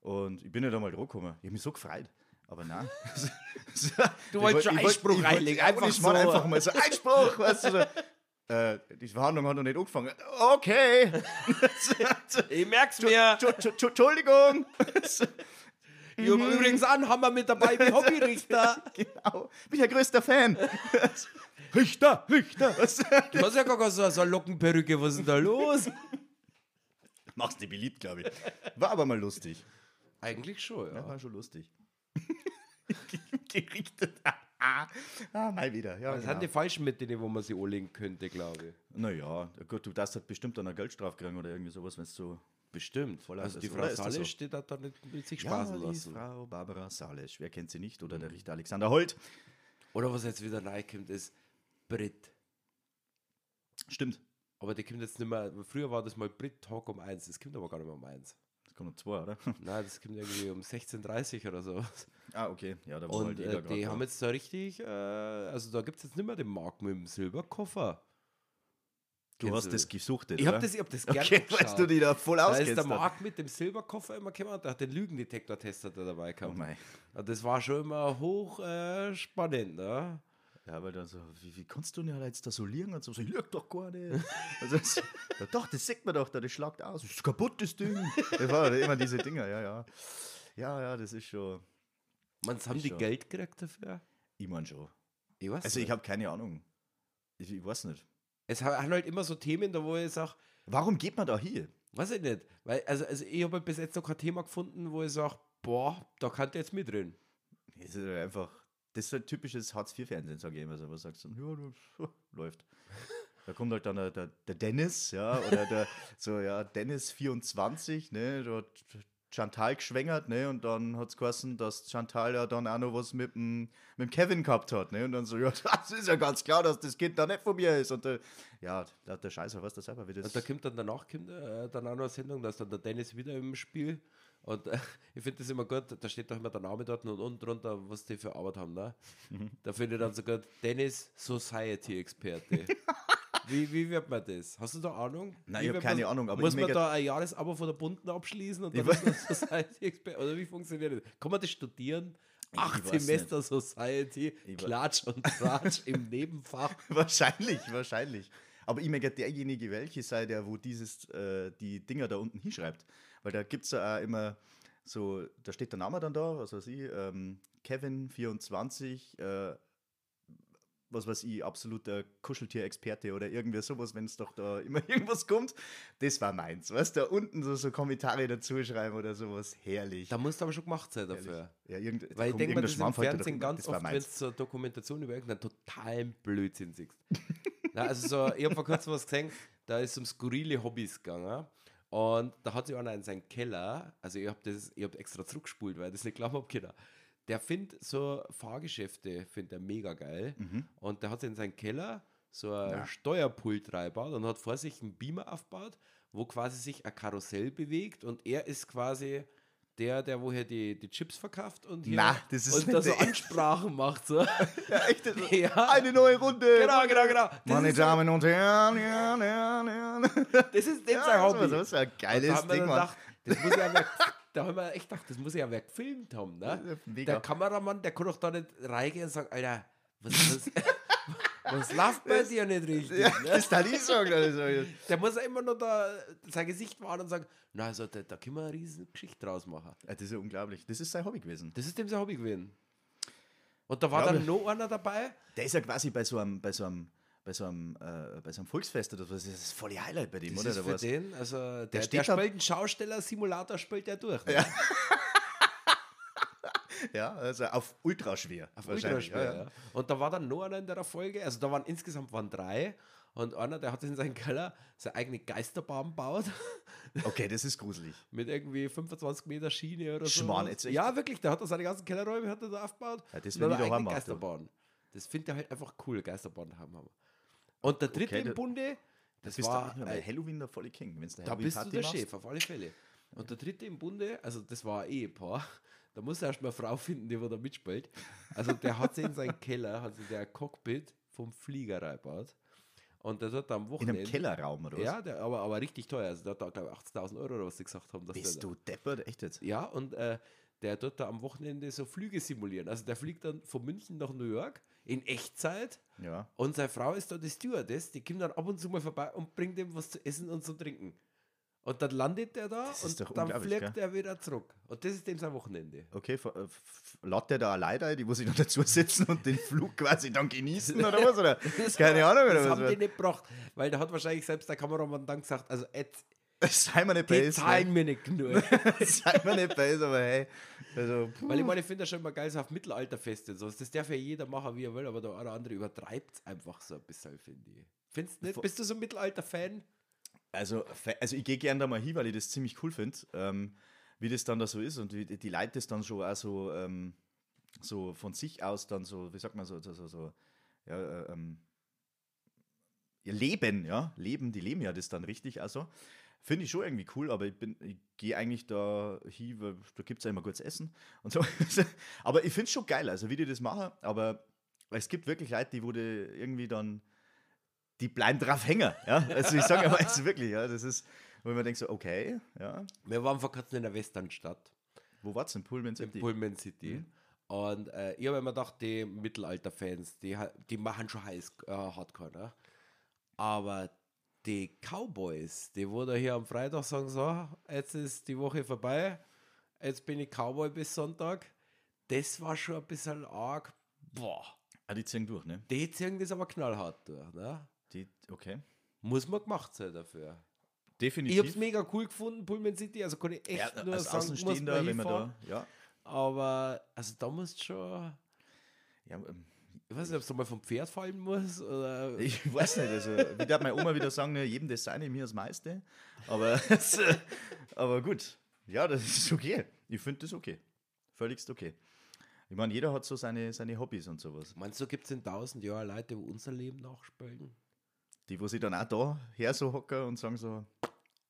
[SPEAKER 2] und ich bin nicht einmal dran gekommen. Ich habe mich so gefreut. Aber nein.
[SPEAKER 1] Du wolltest schon Einspruch einlegen, einfach
[SPEAKER 2] Einfach, ich wollte
[SPEAKER 1] so.
[SPEAKER 2] einfach mal so Einspruch, weißt du. So. Äh, die Verhandlung hat noch nicht angefangen. Okay.
[SPEAKER 1] Ich merk's mir!
[SPEAKER 2] Tschu- tschu- tschu- Entschuldigung.
[SPEAKER 1] Ich hab übrigens einen Hammer mit dabei, wie Hobbyrichter!
[SPEAKER 2] genau. Bin ja größter Fan. Richter, Richter.
[SPEAKER 1] Du hast ja gar keine so, so eine Lockenperücke, was ist denn da los?
[SPEAKER 2] Machst dir beliebt, glaube ich. War aber mal lustig.
[SPEAKER 1] Eigentlich schon, ja.
[SPEAKER 2] Ja, war schon lustig. Gerichtet. ah, mal wieder. Ja,
[SPEAKER 1] Das sind die
[SPEAKER 2] genau.
[SPEAKER 1] falschen Mittel, wo man sie anlegen könnte, glaube ich.
[SPEAKER 2] Naja, gut, du darfst halt bestimmt dann eine Geldstrafe kriegen oder irgendwie sowas, wenn du so
[SPEAKER 1] Bestimmt.
[SPEAKER 2] Voll
[SPEAKER 1] also
[SPEAKER 2] alles,
[SPEAKER 1] die
[SPEAKER 2] oder
[SPEAKER 1] Frau
[SPEAKER 2] ist das
[SPEAKER 1] Salle
[SPEAKER 2] so?
[SPEAKER 1] steht da dann nicht mit sich
[SPEAKER 2] Ja,
[SPEAKER 1] spaßen
[SPEAKER 2] die
[SPEAKER 1] lassen. Mhm.
[SPEAKER 2] Frau Barbara Salisch, wer kennt sie nicht? Oder der Richter Alexander Holt.
[SPEAKER 1] Oder was jetzt wieder reinkommt, ist Brit.
[SPEAKER 2] Stimmt.
[SPEAKER 1] Aber die kommt jetzt nicht mehr. Früher war das mal Brit Talk um eins. Das kommt aber gar nicht mehr um eins.
[SPEAKER 2] Das kommt um zwei, oder?
[SPEAKER 1] Nein, das kommt irgendwie um 16.30 Uhr oder so.
[SPEAKER 2] ah, okay. Ja, da war
[SPEAKER 1] Und
[SPEAKER 2] halt jeder
[SPEAKER 1] äh,
[SPEAKER 2] grad
[SPEAKER 1] die
[SPEAKER 2] da.
[SPEAKER 1] haben jetzt da richtig, äh, also da gibt es jetzt nicht mehr den Markt mit dem Silberkoffer.
[SPEAKER 2] Du
[SPEAKER 1] Kennst
[SPEAKER 2] hast
[SPEAKER 1] du-
[SPEAKER 2] das gesuchtet.
[SPEAKER 1] Ich habe
[SPEAKER 2] oder?
[SPEAKER 1] das, ich hab das gerne
[SPEAKER 2] Okay, weißt du, die da voll
[SPEAKER 1] Da ist
[SPEAKER 2] auskennst.
[SPEAKER 1] der
[SPEAKER 2] dann.
[SPEAKER 1] Markt mit dem Silberkoffer immer gekommen und da hat den Lügendetektor-Tester der dabei
[SPEAKER 2] Oh
[SPEAKER 1] gehabt.
[SPEAKER 2] mein.
[SPEAKER 1] Und das war schon immer hoch äh, spannend, ne?
[SPEAKER 2] Ja, aber dann so, wie, wie kannst du denn da jetzt da so liegen? Und so, so, ich lieg doch gar nicht. Also, das, ja, doch, das sieht man doch da, das schlagt aus. Das ist kaputt, das Ding. Das war immer diese Dinger, ja, ja. Ja, ja, das ist schon.
[SPEAKER 1] Man, haben
[SPEAKER 2] Ist
[SPEAKER 1] die
[SPEAKER 2] schon.
[SPEAKER 1] Geld gekriegt dafür?
[SPEAKER 2] Ich mein schon.
[SPEAKER 1] Ich weiß
[SPEAKER 2] Also,
[SPEAKER 1] nicht.
[SPEAKER 2] ich habe keine Ahnung. Ich, ich weiß nicht.
[SPEAKER 1] es ha- haben halt immer so Themen, da wo ich sage,
[SPEAKER 2] Warum geht man da hier?
[SPEAKER 1] weiß ich nicht. Weil, also, also ich habe bis jetzt noch kein Thema gefunden, wo ich sage, boah, da kann der jetzt mitreden.
[SPEAKER 2] Das ist einfach. Das ist halt typisches Hartz-IV-Fernsehen, sage ich immer so. Was sagst du? Ja, das läuft. Da kommt halt dann der, der, der Dennis, ja, oder der, so, ja, Dennis 24, ne, da hat Chantal geschwängert, ne, und dann hat es geheißen, dass Chantal ja dann auch noch was mit dem, mit dem Kevin gehabt hat, ne, und dann so, ja, das ist ja ganz klar, dass das Kind da nicht von mir ist, und der, ja, da hat der Scheiße, was das selber wieder
[SPEAKER 1] Und Also, da kommt dann danach kommt, äh, dann auch noch eine Sendung, da ist dann der Dennis wieder im Spiel. Und äh, ich finde das immer gut, da steht doch immer der Name dort und unten drunter, was die für Arbeit haben. Ne?
[SPEAKER 2] Mhm.
[SPEAKER 1] Da finde ich dann so gut, Dennis Society Experte. wie, wie wird man das? Hast du da Ahnung?
[SPEAKER 2] Nein,
[SPEAKER 1] Wie
[SPEAKER 2] ich hab
[SPEAKER 1] wird
[SPEAKER 2] keine
[SPEAKER 1] man,
[SPEAKER 2] Ahnung, aber
[SPEAKER 1] Muss
[SPEAKER 2] ich
[SPEAKER 1] man
[SPEAKER 2] merke-
[SPEAKER 1] da ein Jahresabo von der Bunden abschließen und dann
[SPEAKER 2] Ich
[SPEAKER 1] ist man Society Experte? Oder wie funktioniert das? Kann man das studieren? Acht
[SPEAKER 2] weiß
[SPEAKER 1] Semester Society,
[SPEAKER 2] Ich we-
[SPEAKER 1] Klatsch und Tratsch im Nebenfach.
[SPEAKER 2] Wahrscheinlich, wahrscheinlich. Aber ich merke, derjenige, welche sei der, wo dieses, äh, die Dinger da unten hinschreibt. Weil da gibt es ja auch immer so, da steht der Name dann da, was weiß ich, ähm, Kevin24, äh, was weiß ich, absoluter Kuscheltier-Experte oder irgendwie sowas, wenn es doch da immer irgendwas kommt. Das war meins, weißt du, da unten so, so Kommentare dazu schreiben oder sowas. Herrlich.
[SPEAKER 1] Da musst du aber schon gemacht sein
[SPEAKER 2] herrlich.
[SPEAKER 1] dafür.
[SPEAKER 2] Ja, irgend, da
[SPEAKER 1] Weil ich
[SPEAKER 2] kommt
[SPEAKER 1] denke mal,
[SPEAKER 2] irgendein
[SPEAKER 1] das ist im
[SPEAKER 2] Schwarm, fällt dir da
[SPEAKER 1] Fernsehen
[SPEAKER 2] unten,
[SPEAKER 1] ganz
[SPEAKER 2] das war
[SPEAKER 1] oft, wenn
[SPEAKER 2] meins.
[SPEAKER 1] es so eine Dokumentation über irgendeinen totalen Blödsinn siehst. Na, also so, ich habe vor kurzem was gesehen, da ist es um skurrile Hobbys gegangen. Und da hat sich einer in seinen Keller, also ich habe das, ich habe extra zurückgespult, weil ich das nicht glauben habe können. Der findet so Fahrgeschäfte, findet er mega geil.
[SPEAKER 2] Mhm.
[SPEAKER 1] Und der hat in seinen Keller so ein
[SPEAKER 2] Na.
[SPEAKER 1] Steuerpult reingebaut und hat vor sich einen Beamer aufgebaut, wo quasi sich ein Karussell bewegt und er ist quasi der, der woher die, die Chips verkauft und hier
[SPEAKER 2] Na, das ist
[SPEAKER 1] und
[SPEAKER 2] nicht
[SPEAKER 1] da so
[SPEAKER 2] der-
[SPEAKER 1] Ansprachen macht. So.
[SPEAKER 2] Ja, echt, das-
[SPEAKER 1] Ja.
[SPEAKER 2] eine neue Runde.
[SPEAKER 1] genau, genau, genau. Das
[SPEAKER 2] Meine
[SPEAKER 1] ist, so-
[SPEAKER 2] Damen und Herren, ja, ja, ja.
[SPEAKER 1] das ist dem
[SPEAKER 2] Ja,
[SPEAKER 1] sein
[SPEAKER 2] das
[SPEAKER 1] Hobby.
[SPEAKER 2] war- Das ist ja ein
[SPEAKER 1] Und da
[SPEAKER 2] geiles
[SPEAKER 1] haben wir
[SPEAKER 2] Ding,
[SPEAKER 1] dann
[SPEAKER 2] Mann.
[SPEAKER 1] gedacht, das muss ja wer, da haben wir echt gedacht, das muss ja wer gefilmt haben. Ne?
[SPEAKER 2] Mega.
[SPEAKER 1] Der Kameramann, der kann doch da nicht reingehen und sagen, Alter, was, was, was läuft bei dir nicht richtig?
[SPEAKER 2] Ja,
[SPEAKER 1] ne?
[SPEAKER 2] das ist halt ich sagen, das ist halt-
[SPEAKER 1] Der muss ja immer nur da sein Gesicht wahren und sagen, na, also, da, da können wir eine riesen Geschichte draus machen.
[SPEAKER 2] Ja, Das ist ja unglaublich. Das ist sein Hobby gewesen.
[SPEAKER 1] Das ist dem sein Hobby gewesen. Und da war
[SPEAKER 2] Glaube
[SPEAKER 1] dann noch einer dabei.
[SPEAKER 2] Der ist ja quasi bei so einem, bei so einem, bei so einem, äh, bei so einem Volksfest oder so. Das ist das volle Highlight bei dem,
[SPEAKER 1] Das
[SPEAKER 2] oder?
[SPEAKER 1] ist
[SPEAKER 2] oder
[SPEAKER 1] für
[SPEAKER 2] was?
[SPEAKER 1] den, also der, der,
[SPEAKER 2] steht da-
[SPEAKER 1] spielt einen Schausteller-Simulator, spielt er durch. Ne?
[SPEAKER 2] Ja, also auf ultraschwer.
[SPEAKER 1] Auf
[SPEAKER 2] wahrscheinlich,
[SPEAKER 1] Ultraschwer, ja. Und da war dann nur einer in der Folge, also da waren insgesamt waren drei und einer, der hat in seinem Keller seine eigene Geisterbahn baut
[SPEAKER 2] ja. Okay, das ist gruselig.
[SPEAKER 1] mit irgendwie 25 Meter Schiene oder so.
[SPEAKER 2] Schmarrn, jetzt echt?
[SPEAKER 1] Ja, wirklich, der hat da seine ganzen Kellerräume hat er da aufgebaut.
[SPEAKER 2] Ja, das
[SPEAKER 1] und
[SPEAKER 2] will
[SPEAKER 1] hat eine
[SPEAKER 2] ich daheim
[SPEAKER 1] eigene
[SPEAKER 2] auch, du.
[SPEAKER 1] Geisterbahn. Das findet er halt einfach cool, Geisterbahn haben haben. Und der dritte
[SPEAKER 2] Okay,
[SPEAKER 1] im
[SPEAKER 2] da-
[SPEAKER 1] Bunde, das,
[SPEAKER 2] Das bist
[SPEAKER 1] war
[SPEAKER 2] du auch bei Halloween der volle King, wenn
[SPEAKER 1] Da bist du der Chef, auf alle Fälle. Und der dritte im Bunde, also das war ein Ehepaar, da muss er erstmal eine Frau finden, die wo da mitspielt. Also der hat sie in seinen Keller, hat sie der Cockpit vom Flieger reingebaut. Und der hat da am
[SPEAKER 2] In
[SPEAKER 1] Wochenende.
[SPEAKER 2] einem Kellerraum oder was?
[SPEAKER 1] Ja, der, aber, aber richtig teuer. Also der hat da, glaube ich, 80.000 Euro oder was sie gesagt haben. Dass der,
[SPEAKER 2] Bist du deppert? Echt jetzt?
[SPEAKER 1] Ja, und äh, der tut da am Wochenende so Flüge simulieren. Also der fliegt dann von München nach New York in Echtzeit.
[SPEAKER 2] Ja.
[SPEAKER 1] Und seine Frau ist da die Stewardess, die kommt dann ab und zu mal vorbei und bringt ihm was zu essen und zu trinken. Und dann landet er da
[SPEAKER 2] Das ist doch
[SPEAKER 1] und dann
[SPEAKER 2] unglaublich,
[SPEAKER 1] fliegt
[SPEAKER 2] gell?
[SPEAKER 1] er wieder zurück. Und das ist dem sein Wochenende.
[SPEAKER 2] Okay, ver- äh, f- lädt der da alleine ein, die muss ich noch dazu sitzen und den Flug quasi dann genießen oder was? Oder? Keine Ahnung,
[SPEAKER 1] Das
[SPEAKER 2] oder
[SPEAKER 1] haben die
[SPEAKER 2] was?
[SPEAKER 1] nicht gebracht, weil da hat wahrscheinlich selbst der Kameramann dann gesagt, also jetzt,
[SPEAKER 2] Sei mir nicht
[SPEAKER 1] die
[SPEAKER 2] böse. ne?
[SPEAKER 1] zahlen mir nicht genug.
[SPEAKER 2] Sei mir nicht böse, aber hey. Also, puh.
[SPEAKER 1] weil ich meine, ich finde das schon immer geil, so auf Mittelalterfeste und sowas. Das darf ja jeder machen, wie er will, aber der eine oder andere übertreibt es einfach so ein bisschen, finde ich. Findest du nicht? Bist du so ein Mittelalter-Fan?
[SPEAKER 2] Also, fe- also ich gehe gerne da mal hin, weil ich das ziemlich cool finde, ähm, wie das dann da so ist und wie die die Leute das dann schon auch so, ähm, so von sich aus dann so, wie sagt man so, so, so, so ja, äh, ähm, ihr Leben, ja, Leben, die leben ja das dann richtig, also finde ich schon irgendwie cool, aber ich, bin- ich gehe eigentlich da hin, weil da gibt es ja immer gutes Essen und so. aber ich finde es schon geil, also wie die das machen, aber es gibt wirklich Leute, die wurde irgendwie dann die bleiben drauf hängen. Ja? Also ich sage aber jetzt wirklich, ja, das ist, wenn man denkt so, okay, ja,
[SPEAKER 1] Wir waren vor kurzem in der Westernstadt,
[SPEAKER 2] wo war's denn? Pullman
[SPEAKER 1] in
[SPEAKER 2] City.
[SPEAKER 1] Pullman City.
[SPEAKER 2] Mhm.
[SPEAKER 1] Und äh, ich habe immer gedacht, die Mittelalter-Fans, die, ha- die machen schon heiß, äh, Hardcore, ne? Aber die Cowboys, die wurde hier am Freitag sagen, so, jetzt ist die Woche vorbei, jetzt bin ich Cowboy bis Sonntag. Das war schon ein bisschen arg. Boah,
[SPEAKER 2] ah, die ziehen durch, ne?
[SPEAKER 1] die ziehen das aber knallhart durch, ne?
[SPEAKER 2] Die, okay.
[SPEAKER 1] Muss man gemacht sein dafür. Ich habe es
[SPEAKER 2] Definitiv.
[SPEAKER 1] mega cool gefunden, Pullman City, also kann ich echt
[SPEAKER 2] ja,
[SPEAKER 1] nur
[SPEAKER 2] als
[SPEAKER 1] sagen, muss man
[SPEAKER 2] Außenstehender, wenn man
[SPEAKER 1] hinfahren.
[SPEAKER 2] da, ja.
[SPEAKER 1] Aber, also da musst schon,
[SPEAKER 2] ja ähm,
[SPEAKER 1] ich weiß nicht, ob du mal vom Pferd fallen musst oder.
[SPEAKER 2] ich weiß nicht, also, wie darf meine Oma wieder sagen, ne, jedem das seine, mir das meiste. Aber, aber gut, ja, das ist okay. Ich finde das okay. Völligst okay. Ich meine, jeder hat so seine, seine Hobbys und sowas.
[SPEAKER 1] Meinst du, gibt es in tausend Jahren Leute, die unser Leben nachspielen?
[SPEAKER 2] Die, wo sie dann auch da her so hocken und sagen so,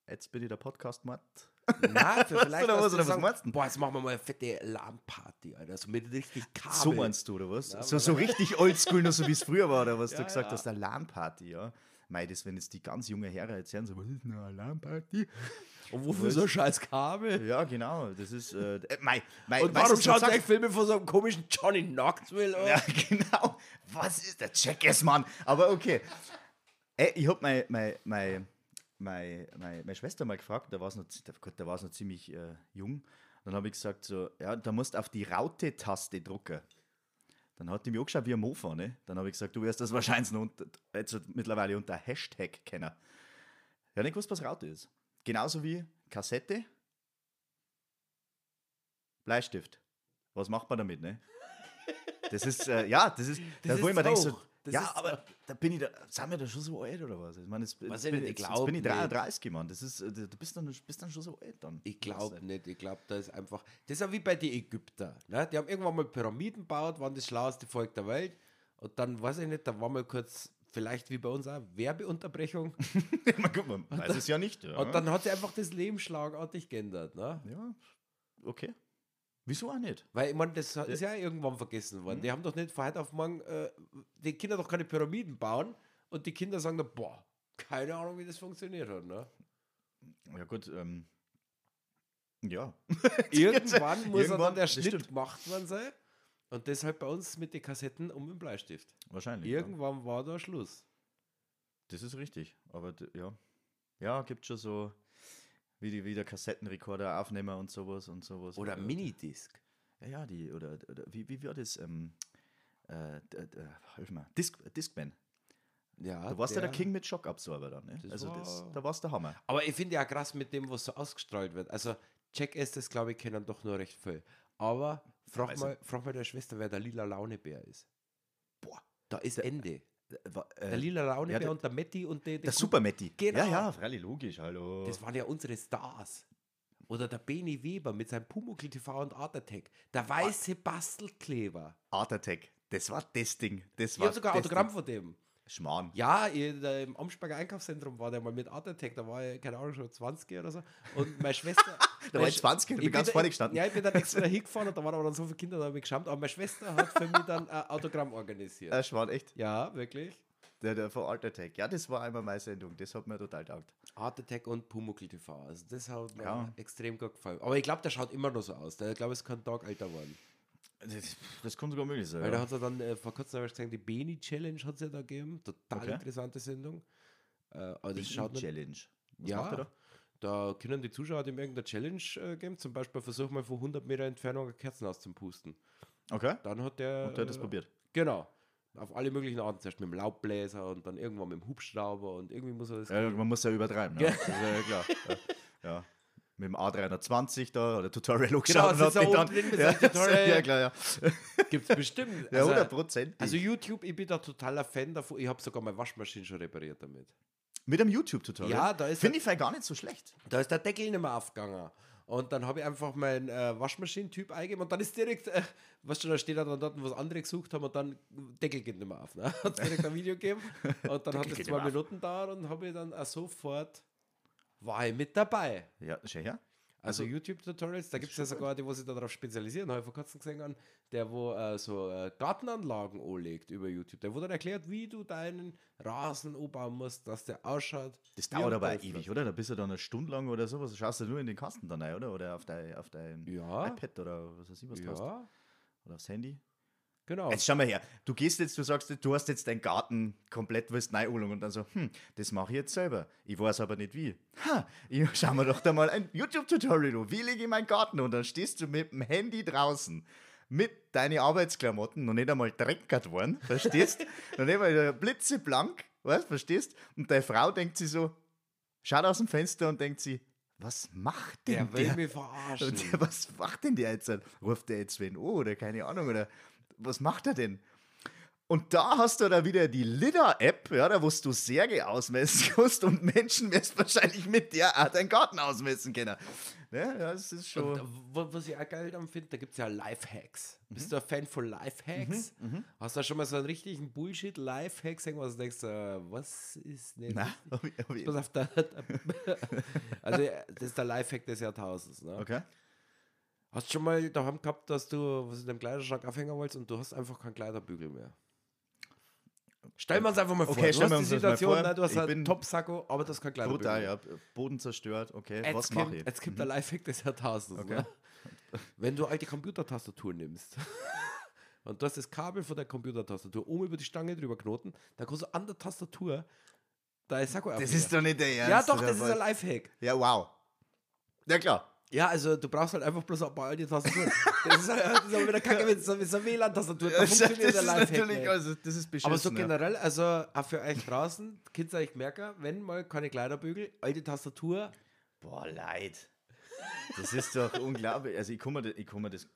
[SPEAKER 2] jetzt bin ich der Podcast-Matt.
[SPEAKER 1] Nein, für vielleicht.
[SPEAKER 2] oder
[SPEAKER 1] dass
[SPEAKER 2] was,
[SPEAKER 1] die
[SPEAKER 2] oder was
[SPEAKER 1] sagen,
[SPEAKER 2] meinst du?
[SPEAKER 1] Boah, jetzt machen wir mal eine fette Alarmparty, Alter. So mit richtig Kabel.
[SPEAKER 2] So meinst du, oder was?
[SPEAKER 1] Ja,
[SPEAKER 2] so, so richtig oldschool, nur so wie es früher war, oder was
[SPEAKER 1] Ja,
[SPEAKER 2] du gesagt
[SPEAKER 1] ja.
[SPEAKER 2] hast, eine LAN-Party, ja. Mei, das, wenn jetzt die ganz junge Herren jetzt hören, so, was ist denn eine LAN-Party?
[SPEAKER 1] Und wofür so ein scheiß Kabel?
[SPEAKER 2] Ja, genau, das ist, äh, äh, mei, mei.
[SPEAKER 1] Und
[SPEAKER 2] weißt du,
[SPEAKER 1] warum
[SPEAKER 2] was
[SPEAKER 1] schaut
[SPEAKER 2] man
[SPEAKER 1] ihr euch
[SPEAKER 2] sagt?
[SPEAKER 1] Filme von so einem komischen Johnny Knoxville an?
[SPEAKER 2] Ja, genau. Was ist der Check es, Mann? Aber okay. Ey, ich hab mein, mein, mein, mein, mein, meine Schwester mal gefragt, da war es noch, zi- da- Gott, da war's noch ziemlich äh, jung. Dann habe ich gesagt, so, ja, da musst du auf die Raute-Taste drucken. Dann hat die mich angeschaut wie ein Mofa, ne? Dann habe ich gesagt, du wirst das wahrscheinlich nur unter, jetzt mittlerweile unter Hashtag kennen. Ja, nicht gewusst, was Raute ist. Genauso wie Kassette, Bleistift. Was macht man damit, ne? Das ist, äh, ja, das ist,
[SPEAKER 1] Das
[SPEAKER 2] da wo
[SPEAKER 1] ist
[SPEAKER 2] ich mir denke,
[SPEAKER 1] auch.
[SPEAKER 2] so,
[SPEAKER 1] Das
[SPEAKER 2] ja,
[SPEAKER 1] ist
[SPEAKER 2] aber da bin ich da, sind wir da schon so alt oder was? Ich meine, jetzt,
[SPEAKER 1] Was
[SPEAKER 2] jetzt,
[SPEAKER 1] ich
[SPEAKER 2] bin,
[SPEAKER 1] nicht,
[SPEAKER 2] jetzt,
[SPEAKER 1] ich
[SPEAKER 2] jetzt bin ich
[SPEAKER 1] glaub nicht.
[SPEAKER 2] 33, Mann. Das ist, äh, du bist dann, bist dann schon so alt dann.
[SPEAKER 1] Ich glaube nicht. Ich glaube, da ist einfach. Das ist ja wie bei den Ägyptern. Ne? Die haben irgendwann mal Pyramiden gebaut, waren das schlaueste Volk der Welt. Und dann, weiß ich nicht, da war mal kurz, vielleicht wie bei uns auch, Werbeunterbrechung.
[SPEAKER 2] man, guck, man weiß es ja nicht. Ja.
[SPEAKER 1] Und dann hat sich einfach das Leben schlagartig geändert. Ne?
[SPEAKER 2] ja, okay. Wieso auch nicht?
[SPEAKER 1] Weil ich meine, das ist ja irgendwann vergessen
[SPEAKER 2] Mhm.
[SPEAKER 1] worden. Die haben doch nicht von heute auf morgen, äh, die Kinder doch keine Pyramiden bauen. Und die Kinder sagen dann, boah, keine Ahnung, wie das funktioniert hat. Ne?
[SPEAKER 2] Ja, gut, ähm, ja.
[SPEAKER 1] Irgendwann muss ja dann
[SPEAKER 2] Irgendwann,
[SPEAKER 1] der
[SPEAKER 2] das
[SPEAKER 1] Schnitt
[SPEAKER 2] stimmt.
[SPEAKER 1] gemacht worden sein. Und deshalb bei uns mit den Kassetten um den Bleistift.
[SPEAKER 2] Wahrscheinlich. ja.
[SPEAKER 1] Irgendwann war da Schluss.
[SPEAKER 2] Das ist richtig. Aber d- ja. Ja, gibt schon so, wie, die, wie der Kassettenrekorder, Aufnehmer und sowas und sowas.
[SPEAKER 1] Oder
[SPEAKER 2] Äh,
[SPEAKER 1] Minidisc.
[SPEAKER 2] Ja, ja, die, oder, oder wie, wie war das? Ähm, äh, d- d- hilf mal. Disc, Discman.
[SPEAKER 1] Ja,
[SPEAKER 2] Da warst du ja der King mit Schockabsorber dann, ne?
[SPEAKER 1] Das
[SPEAKER 2] also das,
[SPEAKER 1] war-
[SPEAKER 2] da warst der Hammer.
[SPEAKER 1] Aber ich finde ja krass mit dem, was so ausgestrahlt wird. Also, Jack S, das glaube ich, kennen doch nur recht viel. Aber frag
[SPEAKER 2] Weiß
[SPEAKER 1] mal, frag mal der Schwester, wer der lila Launebär ist.
[SPEAKER 2] Boah.
[SPEAKER 1] Da ist Ende.
[SPEAKER 2] Äh, wa-
[SPEAKER 1] Der
[SPEAKER 2] äh,
[SPEAKER 1] lila Launebär
[SPEAKER 2] der-
[SPEAKER 1] und der Metti und der,
[SPEAKER 2] der Super Matti.
[SPEAKER 1] Genau.
[SPEAKER 2] Ja, ja, freilich logisch, hallo.
[SPEAKER 1] Das waren ja unsere Stars. Oder der Beni Weber mit seinem Pumuckl TV und Art Attack. Der weiße Bastelkleber.
[SPEAKER 2] Art Attack. Das war das Ding. Das
[SPEAKER 1] Ich
[SPEAKER 2] war
[SPEAKER 1] habe sogar ein
[SPEAKER 2] das
[SPEAKER 1] Autogramm
[SPEAKER 2] Ding.
[SPEAKER 1] von dem.
[SPEAKER 2] Schmarrn.
[SPEAKER 1] Ja, ich- da im Amtsberger Einkaufszentrum war der mal mit Art Attack, da war ich, keine Ahnung, schon 20 oder so. Und meine Schwester.
[SPEAKER 2] Da war ich 20, da bin Genau, ich ganz
[SPEAKER 1] da-
[SPEAKER 2] vorne gestanden.
[SPEAKER 1] Ja, ich bin dann extra hingefahren und da waren aber dann so viele Kinder, da habe ich geschaut. Aber meine Schwester hat für mich dann ein Autogramm organisiert.
[SPEAKER 2] Äh, Schmarrn, echt.
[SPEAKER 1] Ja, wirklich.
[SPEAKER 2] Der, der von Art Attack. Ja, das war einmal meine Sendung. Das hat mir total taugt.
[SPEAKER 1] Art Attack und Pumuckl TV. Also das hat mir
[SPEAKER 2] Ja.
[SPEAKER 1] extrem gut gefallen. Aber ich glaube, der schaut immer noch so aus. Der glaube, es kann Tag älter worden.
[SPEAKER 2] Das, das kann sogar möglich sein.
[SPEAKER 1] Weil da
[SPEAKER 2] Ja.
[SPEAKER 1] hat er dann äh, vor kurzem habe ich gesagt, die Beni Challenge hat es ja da gegeben. Total
[SPEAKER 2] Okay.
[SPEAKER 1] interessante Sendung. Äh, aber das
[SPEAKER 2] Die
[SPEAKER 1] schaut nicht
[SPEAKER 2] Challenge. Was
[SPEAKER 1] Ja,
[SPEAKER 2] macht er da?
[SPEAKER 1] da können die Zuschauer dem irgendeine Challenge äh, geben. Zum Beispiel versuch mal von 100 Meter Entfernung eine Kerzen auszupusten.
[SPEAKER 2] Okay.
[SPEAKER 1] Dann hat der.
[SPEAKER 2] Und der hat das
[SPEAKER 1] äh,
[SPEAKER 2] probiert.
[SPEAKER 1] Genau. Auf alle möglichen Arten. Zuerst mit dem Laubbläser und dann irgendwann mit dem Hubschrauber und irgendwie muss er das.
[SPEAKER 2] Ja, man muss ja übertreiben. Ja. Das ist ja klar. Ja. ja. Mit dem A320 da oder
[SPEAKER 1] Genau,
[SPEAKER 2] Tutorial angeschaut
[SPEAKER 1] sitzt
[SPEAKER 2] und
[SPEAKER 1] da
[SPEAKER 2] hat die
[SPEAKER 1] oben drin mit
[SPEAKER 2] ja,
[SPEAKER 1] seinem Tutorial.
[SPEAKER 2] Ja, klar, ja.
[SPEAKER 1] Gibt es bestimmt.
[SPEAKER 2] Ja,
[SPEAKER 1] also,
[SPEAKER 2] 100 Prozent.
[SPEAKER 1] also YouTube, ich bin da totaler Fan davon. Ich habe sogar meine Waschmaschine schon repariert damit.
[SPEAKER 2] Mit einem YouTube-Tutorial.
[SPEAKER 1] Ja, da ist
[SPEAKER 2] Finde ich vielleicht gar nicht so schlecht.
[SPEAKER 1] Da ist der Deckel nicht mehr aufgegangen. Und dann habe ich einfach meinen äh, Waschmaschinentyp eingegeben und dann ist direkt, äh, weißt du, da steht dann dort, was andere gesucht haben und dann Deckel geht nicht mehr auf. Ne? Hat direkt ein Video gegeben und dann hat
[SPEAKER 2] geht
[SPEAKER 1] es
[SPEAKER 2] nicht
[SPEAKER 1] zwei
[SPEAKER 2] mehr auf.
[SPEAKER 1] Minuten dauert und habe ich dann auch sofort war ich mit dabei.
[SPEAKER 2] Ja, schön, ja?
[SPEAKER 1] Also, YouTube-Tutorials, da gibt es ja sogar die, wo sich darauf spezialisieren. Habe ich vor kurzem gesehen, an, der wo äh, so äh, Gartenanlagen anlegt über YouTube. Der wurde dann erklärt, wie du deinen Rasen umbauen musst, dass der ausschaut.
[SPEAKER 2] Das
[SPEAKER 1] wie
[SPEAKER 2] dauert
[SPEAKER 1] ein
[SPEAKER 2] aber auch
[SPEAKER 1] Golfplatz.
[SPEAKER 2] ewig, oder? Da bist du dann eine Stunde lang oder sowas. Schaust du nur in den Kasten dann rein, oder? Oder auf dein, auf dein
[SPEAKER 1] Ja.
[SPEAKER 2] iPad oder was weiß ich, was du hast.
[SPEAKER 1] Ja,
[SPEAKER 2] Oder aufs Handy.
[SPEAKER 1] genau.
[SPEAKER 2] Jetzt schau mal her. Du gehst jetzt, du sagst, du hast jetzt deinen Garten komplett willst neu anlegen und dann so, hm, das mache ich jetzt selber. Ich weiß aber nicht wie. Ha, ich schau mir doch da mal ein YouTube-Tutorial an. Wie lege ich meinen Garten? Und dann stehst du mit dem Handy draußen. Mit deinen Arbeitsklamotten noch nicht einmal dreckert worden, verstehst? noch nicht einmal äh, blitzeblank, weißt, verstehst? Und deine Frau denkt sie so, schaut aus dem Fenster und denkt sie, was macht denn
[SPEAKER 1] Der will
[SPEAKER 2] der?
[SPEAKER 1] mich verarschen.
[SPEAKER 2] Und Äh, der, was macht denn der jetzt? Ruft der jetzt wen an oder keine Ahnung oder was macht er denn? Und da hast du da wieder die Lidar-App, ja, da wirst du Särge ausmessen kannst und Menschen wirst wahrscheinlich mit der Art einen Garten ausmessen können. Ja, das ist schon. Mhm.
[SPEAKER 1] Und wo- was ich auch geil am finde, da gibt es ja Lifehacks. Bist du ein Fan von Lifehacks? Hast du da schon mal so einen richtigen Bullshit-Lifehack gesehen, wo du denkst, äh, was ist nicht
[SPEAKER 2] Na,
[SPEAKER 1] richtig?
[SPEAKER 2] hab ich, hab ich,
[SPEAKER 1] Pass auf, da, da, also das ist der Lifehack des Jahrtausends. Ne?
[SPEAKER 2] okay.
[SPEAKER 1] Hast du schon mal daheim gehabt, dass du was in deinem Kleiderschrank aufhängen wolltest und du hast einfach keinen Kleiderbügel mehr? Stellen wir uns einfach mal vor.
[SPEAKER 2] Äh, Okay,
[SPEAKER 1] du
[SPEAKER 2] stellen
[SPEAKER 1] hast
[SPEAKER 2] wir
[SPEAKER 1] die
[SPEAKER 2] uns das mal
[SPEAKER 1] Situation,
[SPEAKER 2] vor.
[SPEAKER 1] ne, du hast
[SPEAKER 2] Ich
[SPEAKER 1] einen
[SPEAKER 2] bin
[SPEAKER 1] Top-Sacko, aber das ist kein Kleiderbügel.
[SPEAKER 2] Brutal, ja. Boden zerstört, okay.
[SPEAKER 1] Jetzt
[SPEAKER 2] was
[SPEAKER 1] kommt,
[SPEAKER 2] mache ich? Mhm.
[SPEAKER 1] Jetzt kommt der Lifehack des Jahrtausends.
[SPEAKER 2] Okay.
[SPEAKER 1] Ne? Wenn du alte Computertastatur nimmst und du hast das Kabel von der Computertastatur oben über die Stange drüber knoten, dann kannst du an der Tastatur dein Sakko
[SPEAKER 2] Das
[SPEAKER 1] aufhängen.
[SPEAKER 2] ist doch nicht der Ernst.
[SPEAKER 1] Ja, doch,
[SPEAKER 2] oder
[SPEAKER 1] das ist ein
[SPEAKER 2] was?
[SPEAKER 1] Lifehack.
[SPEAKER 2] Ja, wow. Ja, klar.
[SPEAKER 1] Ja, also du brauchst halt einfach bloß ein paar alte Tastaturen. das, ist, halt- das ist aber wieder kacke, wenn es so so eine WLAN-Tastatur da
[SPEAKER 2] Das,
[SPEAKER 1] funktioniert der
[SPEAKER 2] ist
[SPEAKER 1] Lifehack
[SPEAKER 2] natürlich,
[SPEAKER 1] nicht.
[SPEAKER 2] also, das ist beschissen.
[SPEAKER 1] Aber so
[SPEAKER 2] ja.
[SPEAKER 1] generell, also auch für euch draußen, könnt ihr euch merken, wenn mal keine Kleiderbügel, alte Tastatur,
[SPEAKER 2] Boah, leid. Das ist doch unglaublich. Also ich komme mir, da- ich komm mir das.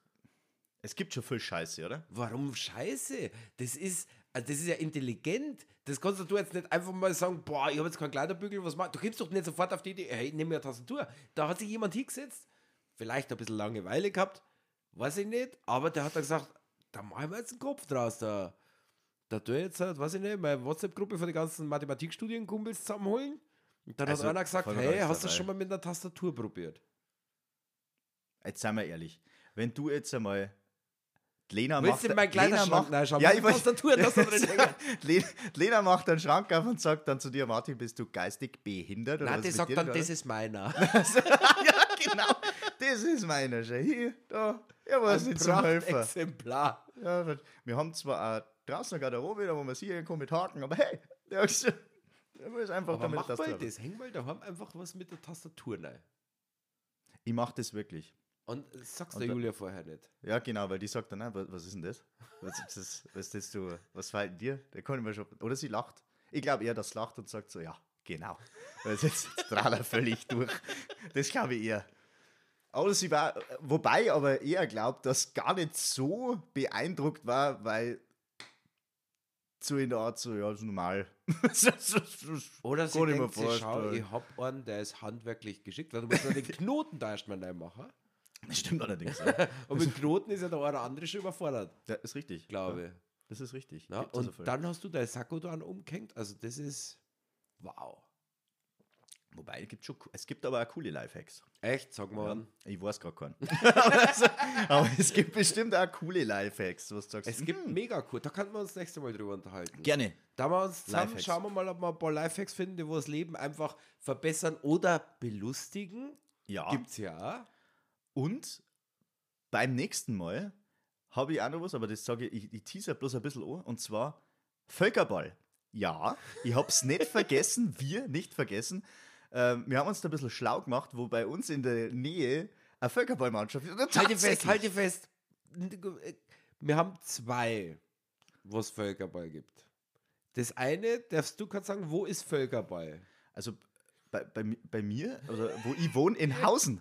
[SPEAKER 2] Es gibt schon viel Scheiße, oder?
[SPEAKER 1] Warum scheiße? Das ist, also das ist ja intelligent. Das kannst du jetzt nicht einfach mal sagen, boah, ich habe jetzt keinen Kleiderbügel, was mach? Du kommst doch nicht sofort auf die Idee, hey, nimm mir eine Tastatur. Da hat sich jemand hingesetzt, vielleicht ein bisschen Langeweile gehabt, weiß ich nicht, aber der hat dann gesagt, da machen wir jetzt einen Kopf draus, da. Da tue ich jetzt halt, weiß ich nicht, meine WhatsApp-Gruppe von den ganzen Mathematikstudienkumpels zusammenholen. Und dann
[SPEAKER 2] Also,
[SPEAKER 1] hat einer gesagt,
[SPEAKER 2] voll
[SPEAKER 1] hey, hast du
[SPEAKER 2] Reis
[SPEAKER 1] das
[SPEAKER 2] dabei.
[SPEAKER 1] schon mal mit einer Tastatur probiert?
[SPEAKER 2] Jetzt seien wir ehrlich. Wenn du jetzt einmal. Lena
[SPEAKER 1] Willst du
[SPEAKER 2] macht,
[SPEAKER 1] in meinen Kleiderschrank reinschauen?
[SPEAKER 2] Ja,
[SPEAKER 1] Mach
[SPEAKER 2] ich
[SPEAKER 1] eine
[SPEAKER 2] weiß.
[SPEAKER 1] Tastatur, dass da drin
[SPEAKER 2] Lena, Lena macht einen Schrank auf und sagt dann zu dir, Martin, bist du geistig behindert? oder
[SPEAKER 1] Nein,
[SPEAKER 2] was
[SPEAKER 1] die
[SPEAKER 2] ist mit
[SPEAKER 1] sagt
[SPEAKER 2] dir
[SPEAKER 1] dann,
[SPEAKER 2] denn
[SPEAKER 1] das ist meiner.
[SPEAKER 2] ja, genau. Das ist meiner. schau, Hier, da. Ja, was
[SPEAKER 1] Ein
[SPEAKER 2] nicht zum Helfer.
[SPEAKER 1] Prachtexemplar.
[SPEAKER 2] Ja, wir- wir haben zwar auch draußen eine Garderobe, da wo man sehen kann mit Haken, aber hey, der ist, der ist einfach
[SPEAKER 1] Aber mach
[SPEAKER 2] das
[SPEAKER 1] mal
[SPEAKER 2] drauf.
[SPEAKER 1] das, häng mal daheim einfach was mit der Tastatur rein.
[SPEAKER 2] Ich mache das wirklich.
[SPEAKER 1] Und sagst
[SPEAKER 2] Und
[SPEAKER 1] der
[SPEAKER 2] da-
[SPEAKER 1] Julia vorher nicht.
[SPEAKER 2] Ja, genau, weil die sagt dann, nein, wa- was ist denn das? Was ist das? Was, das du, was fällt denn dir? Da kann ich mir schon. Oder sie lacht. Ich glaube eher, dass sie lacht und sagt so, ja, genau. Weil jetzt strahlt er völlig durch. Das glaube ich eher. Aber sie war, wobei ich aber eher glaubt, dass gar nicht so beeindruckt war, weil so in der Art so, ja, das ist normal. So, so, so,
[SPEAKER 1] Oder sie
[SPEAKER 2] kann ich mir
[SPEAKER 1] denkt, sie schau,
[SPEAKER 2] vorstellen.
[SPEAKER 1] ich hab einen, der ist handwerklich geschickt, weil du musst ja den Knoten da erstmal rein machen.
[SPEAKER 2] Das stimmt allerdings. Ja.
[SPEAKER 1] Und mit Knoten ist ja der eine oder andere schon überfordert,
[SPEAKER 2] Das ist richtig.
[SPEAKER 1] glaube
[SPEAKER 2] Ja,
[SPEAKER 1] ich.
[SPEAKER 2] das ist richtig.
[SPEAKER 1] Na,
[SPEAKER 2] Gibt's also
[SPEAKER 1] und
[SPEAKER 2] voll.
[SPEAKER 1] dann hast du dein Sakko da umgehängt, also das ist wow.
[SPEAKER 2] Wobei, es gibt, schon, co- es gibt aber auch coole Lifehacks.
[SPEAKER 1] Echt, sag mal.
[SPEAKER 2] Ja,
[SPEAKER 1] an.
[SPEAKER 2] ich weiß gar keinen. Also, aber es gibt bestimmt auch coole Lifehacks, was du sagst.
[SPEAKER 1] Es gibt
[SPEAKER 2] hm,
[SPEAKER 1] mega cool, da könnten wir uns das nächste Mal drüber unterhalten.
[SPEAKER 2] gerne.
[SPEAKER 1] Da wir uns zusammen
[SPEAKER 2] Lifehacks.
[SPEAKER 1] schauen wir mal, ob wir ein paar Lifehacks finden, die wo das Leben einfach verbessern oder belustigen.
[SPEAKER 2] Ja.
[SPEAKER 1] Gibt's ja.
[SPEAKER 2] Und beim nächsten Mal habe ich auch noch was, aber das sage ich, ich, ich teaser bloß ein bisschen an, und zwar Völkerball. Ja, ich habe es nicht vergessen, wir nicht vergessen. Ähm, wir haben uns da ein bisschen schlau gemacht, wo bei uns in der Nähe eine Völkerballmannschaft ist.
[SPEAKER 1] Halte fest, halte fest. Wir haben zwei, wo es Völkerball gibt. Das eine, darfst du gerade sagen, wo ist Völkerball?
[SPEAKER 2] Also bei, bei, mi- bei mir, oder wo ich wohne, in Hausen.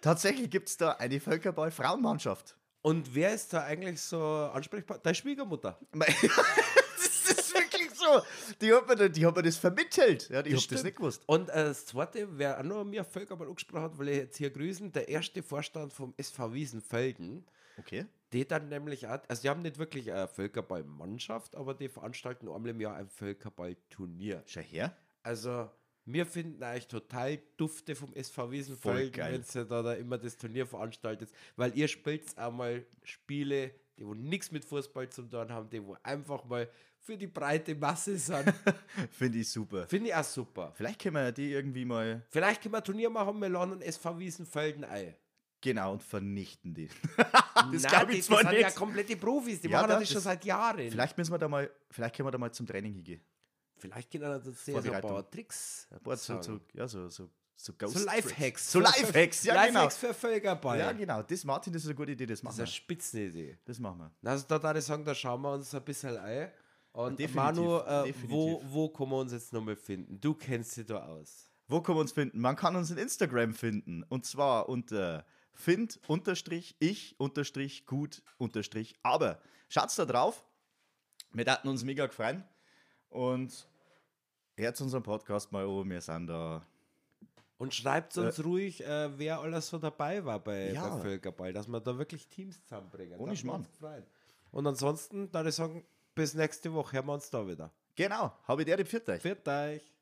[SPEAKER 2] Tatsächlich gibt es da eine Völkerball-Frauenmannschaft.
[SPEAKER 1] Und wer ist da eigentlich so ansprechbar? Deine Schwiegermutter.
[SPEAKER 2] das ist wirklich so schon. Die hat mir, da- die hat mir das vermittelt.
[SPEAKER 1] Das
[SPEAKER 2] Ja, ich habe das
[SPEAKER 1] stimmt.
[SPEAKER 2] nicht gewusst.
[SPEAKER 1] Und äh, das Zweite, wer auch noch an mir völlig einmal angesprochen hat, will ich jetzt hier grüßen, der erste Vorstand vom SV Wiesenfelden,
[SPEAKER 2] Okay.
[SPEAKER 1] die dann nämlich auch, also die haben nicht wirklich eine Völkerballmannschaft, aber die veranstalten einmal im Jahr ein Völkerballturnier.
[SPEAKER 2] Schau her.
[SPEAKER 1] Also wir finden eigentlich total dufte vom SV
[SPEAKER 2] Voll
[SPEAKER 1] Wiesenfelden,
[SPEAKER 2] geil.
[SPEAKER 1] wenn ihr da, da immer das Turnier veranstaltet, weil ihr spielt einmal Spiele, die wo nichts mit Fußball zu tun haben, die wo einfach mal für die breite Masse sind.
[SPEAKER 2] Finde ich super.
[SPEAKER 1] Finde ich auch super.
[SPEAKER 2] Vielleicht können wir die irgendwie mal.
[SPEAKER 1] Vielleicht können wir ein Turnier machen, Melon und SV Wiesenfelden Ei.
[SPEAKER 2] Genau, und vernichten die.
[SPEAKER 1] Das
[SPEAKER 2] Ah, glaub ich
[SPEAKER 1] die,
[SPEAKER 2] zwar
[SPEAKER 1] das sind
[SPEAKER 2] nicht.
[SPEAKER 1] ja komplette Profis, die
[SPEAKER 2] Ja,
[SPEAKER 1] machen das,
[SPEAKER 2] das
[SPEAKER 1] schon
[SPEAKER 2] ist-
[SPEAKER 1] seit Jahren.
[SPEAKER 2] Vielleicht müssen wir da mal, vielleicht können wir da mal zum Training hingehen.
[SPEAKER 1] vielleicht können wir uns jetzt ein
[SPEAKER 2] Vorbereitung.
[SPEAKER 1] paar Tricks.
[SPEAKER 2] Ein paar so, so,
[SPEAKER 1] sagen.
[SPEAKER 2] ja, so, so, so
[SPEAKER 1] so
[SPEAKER 2] Ghost
[SPEAKER 1] Lifehacks.
[SPEAKER 2] So Lifehacks, ja genau.
[SPEAKER 1] Lifehacks für Völkerball.
[SPEAKER 2] Ja genau, das Martin, das ist eine gute Idee, das
[SPEAKER 1] Das
[SPEAKER 2] machen
[SPEAKER 1] ist eine
[SPEAKER 2] wir.
[SPEAKER 1] Spitzenidee.
[SPEAKER 2] Das machen wir.
[SPEAKER 1] Na, Also da würde ich sagen, da schauen wir uns ein bisschen ein. Und
[SPEAKER 2] Definitiv,
[SPEAKER 1] Manu, äh,
[SPEAKER 2] definitiv.
[SPEAKER 1] wo, wo können wir uns jetzt nochmal finden? Du kennst dich da aus.
[SPEAKER 2] Wo kann man uns finden? Man kann uns in Instagram finden und zwar unter find unterstrich ich unterstrich gut unterstrich aber. Schaut's da drauf. Wir hatten uns mega gefallen und hört unseren Podcast mal an. Wir sind da.
[SPEAKER 1] Und schreibt uns ruhig, äh, wer alles so dabei war bei,
[SPEAKER 2] Ja.
[SPEAKER 1] beim Völkerball, dass wir da wirklich Teams zusammenbringen.
[SPEAKER 2] Ohne
[SPEAKER 1] Da würden wir
[SPEAKER 2] Schmarrn.
[SPEAKER 1] uns freuen. Und ansonsten, da ich sagen, bis nächste Woche hören wir uns da wieder.
[SPEAKER 2] Genau, habe ich der die Pfiat euch.
[SPEAKER 1] Pfiat euch!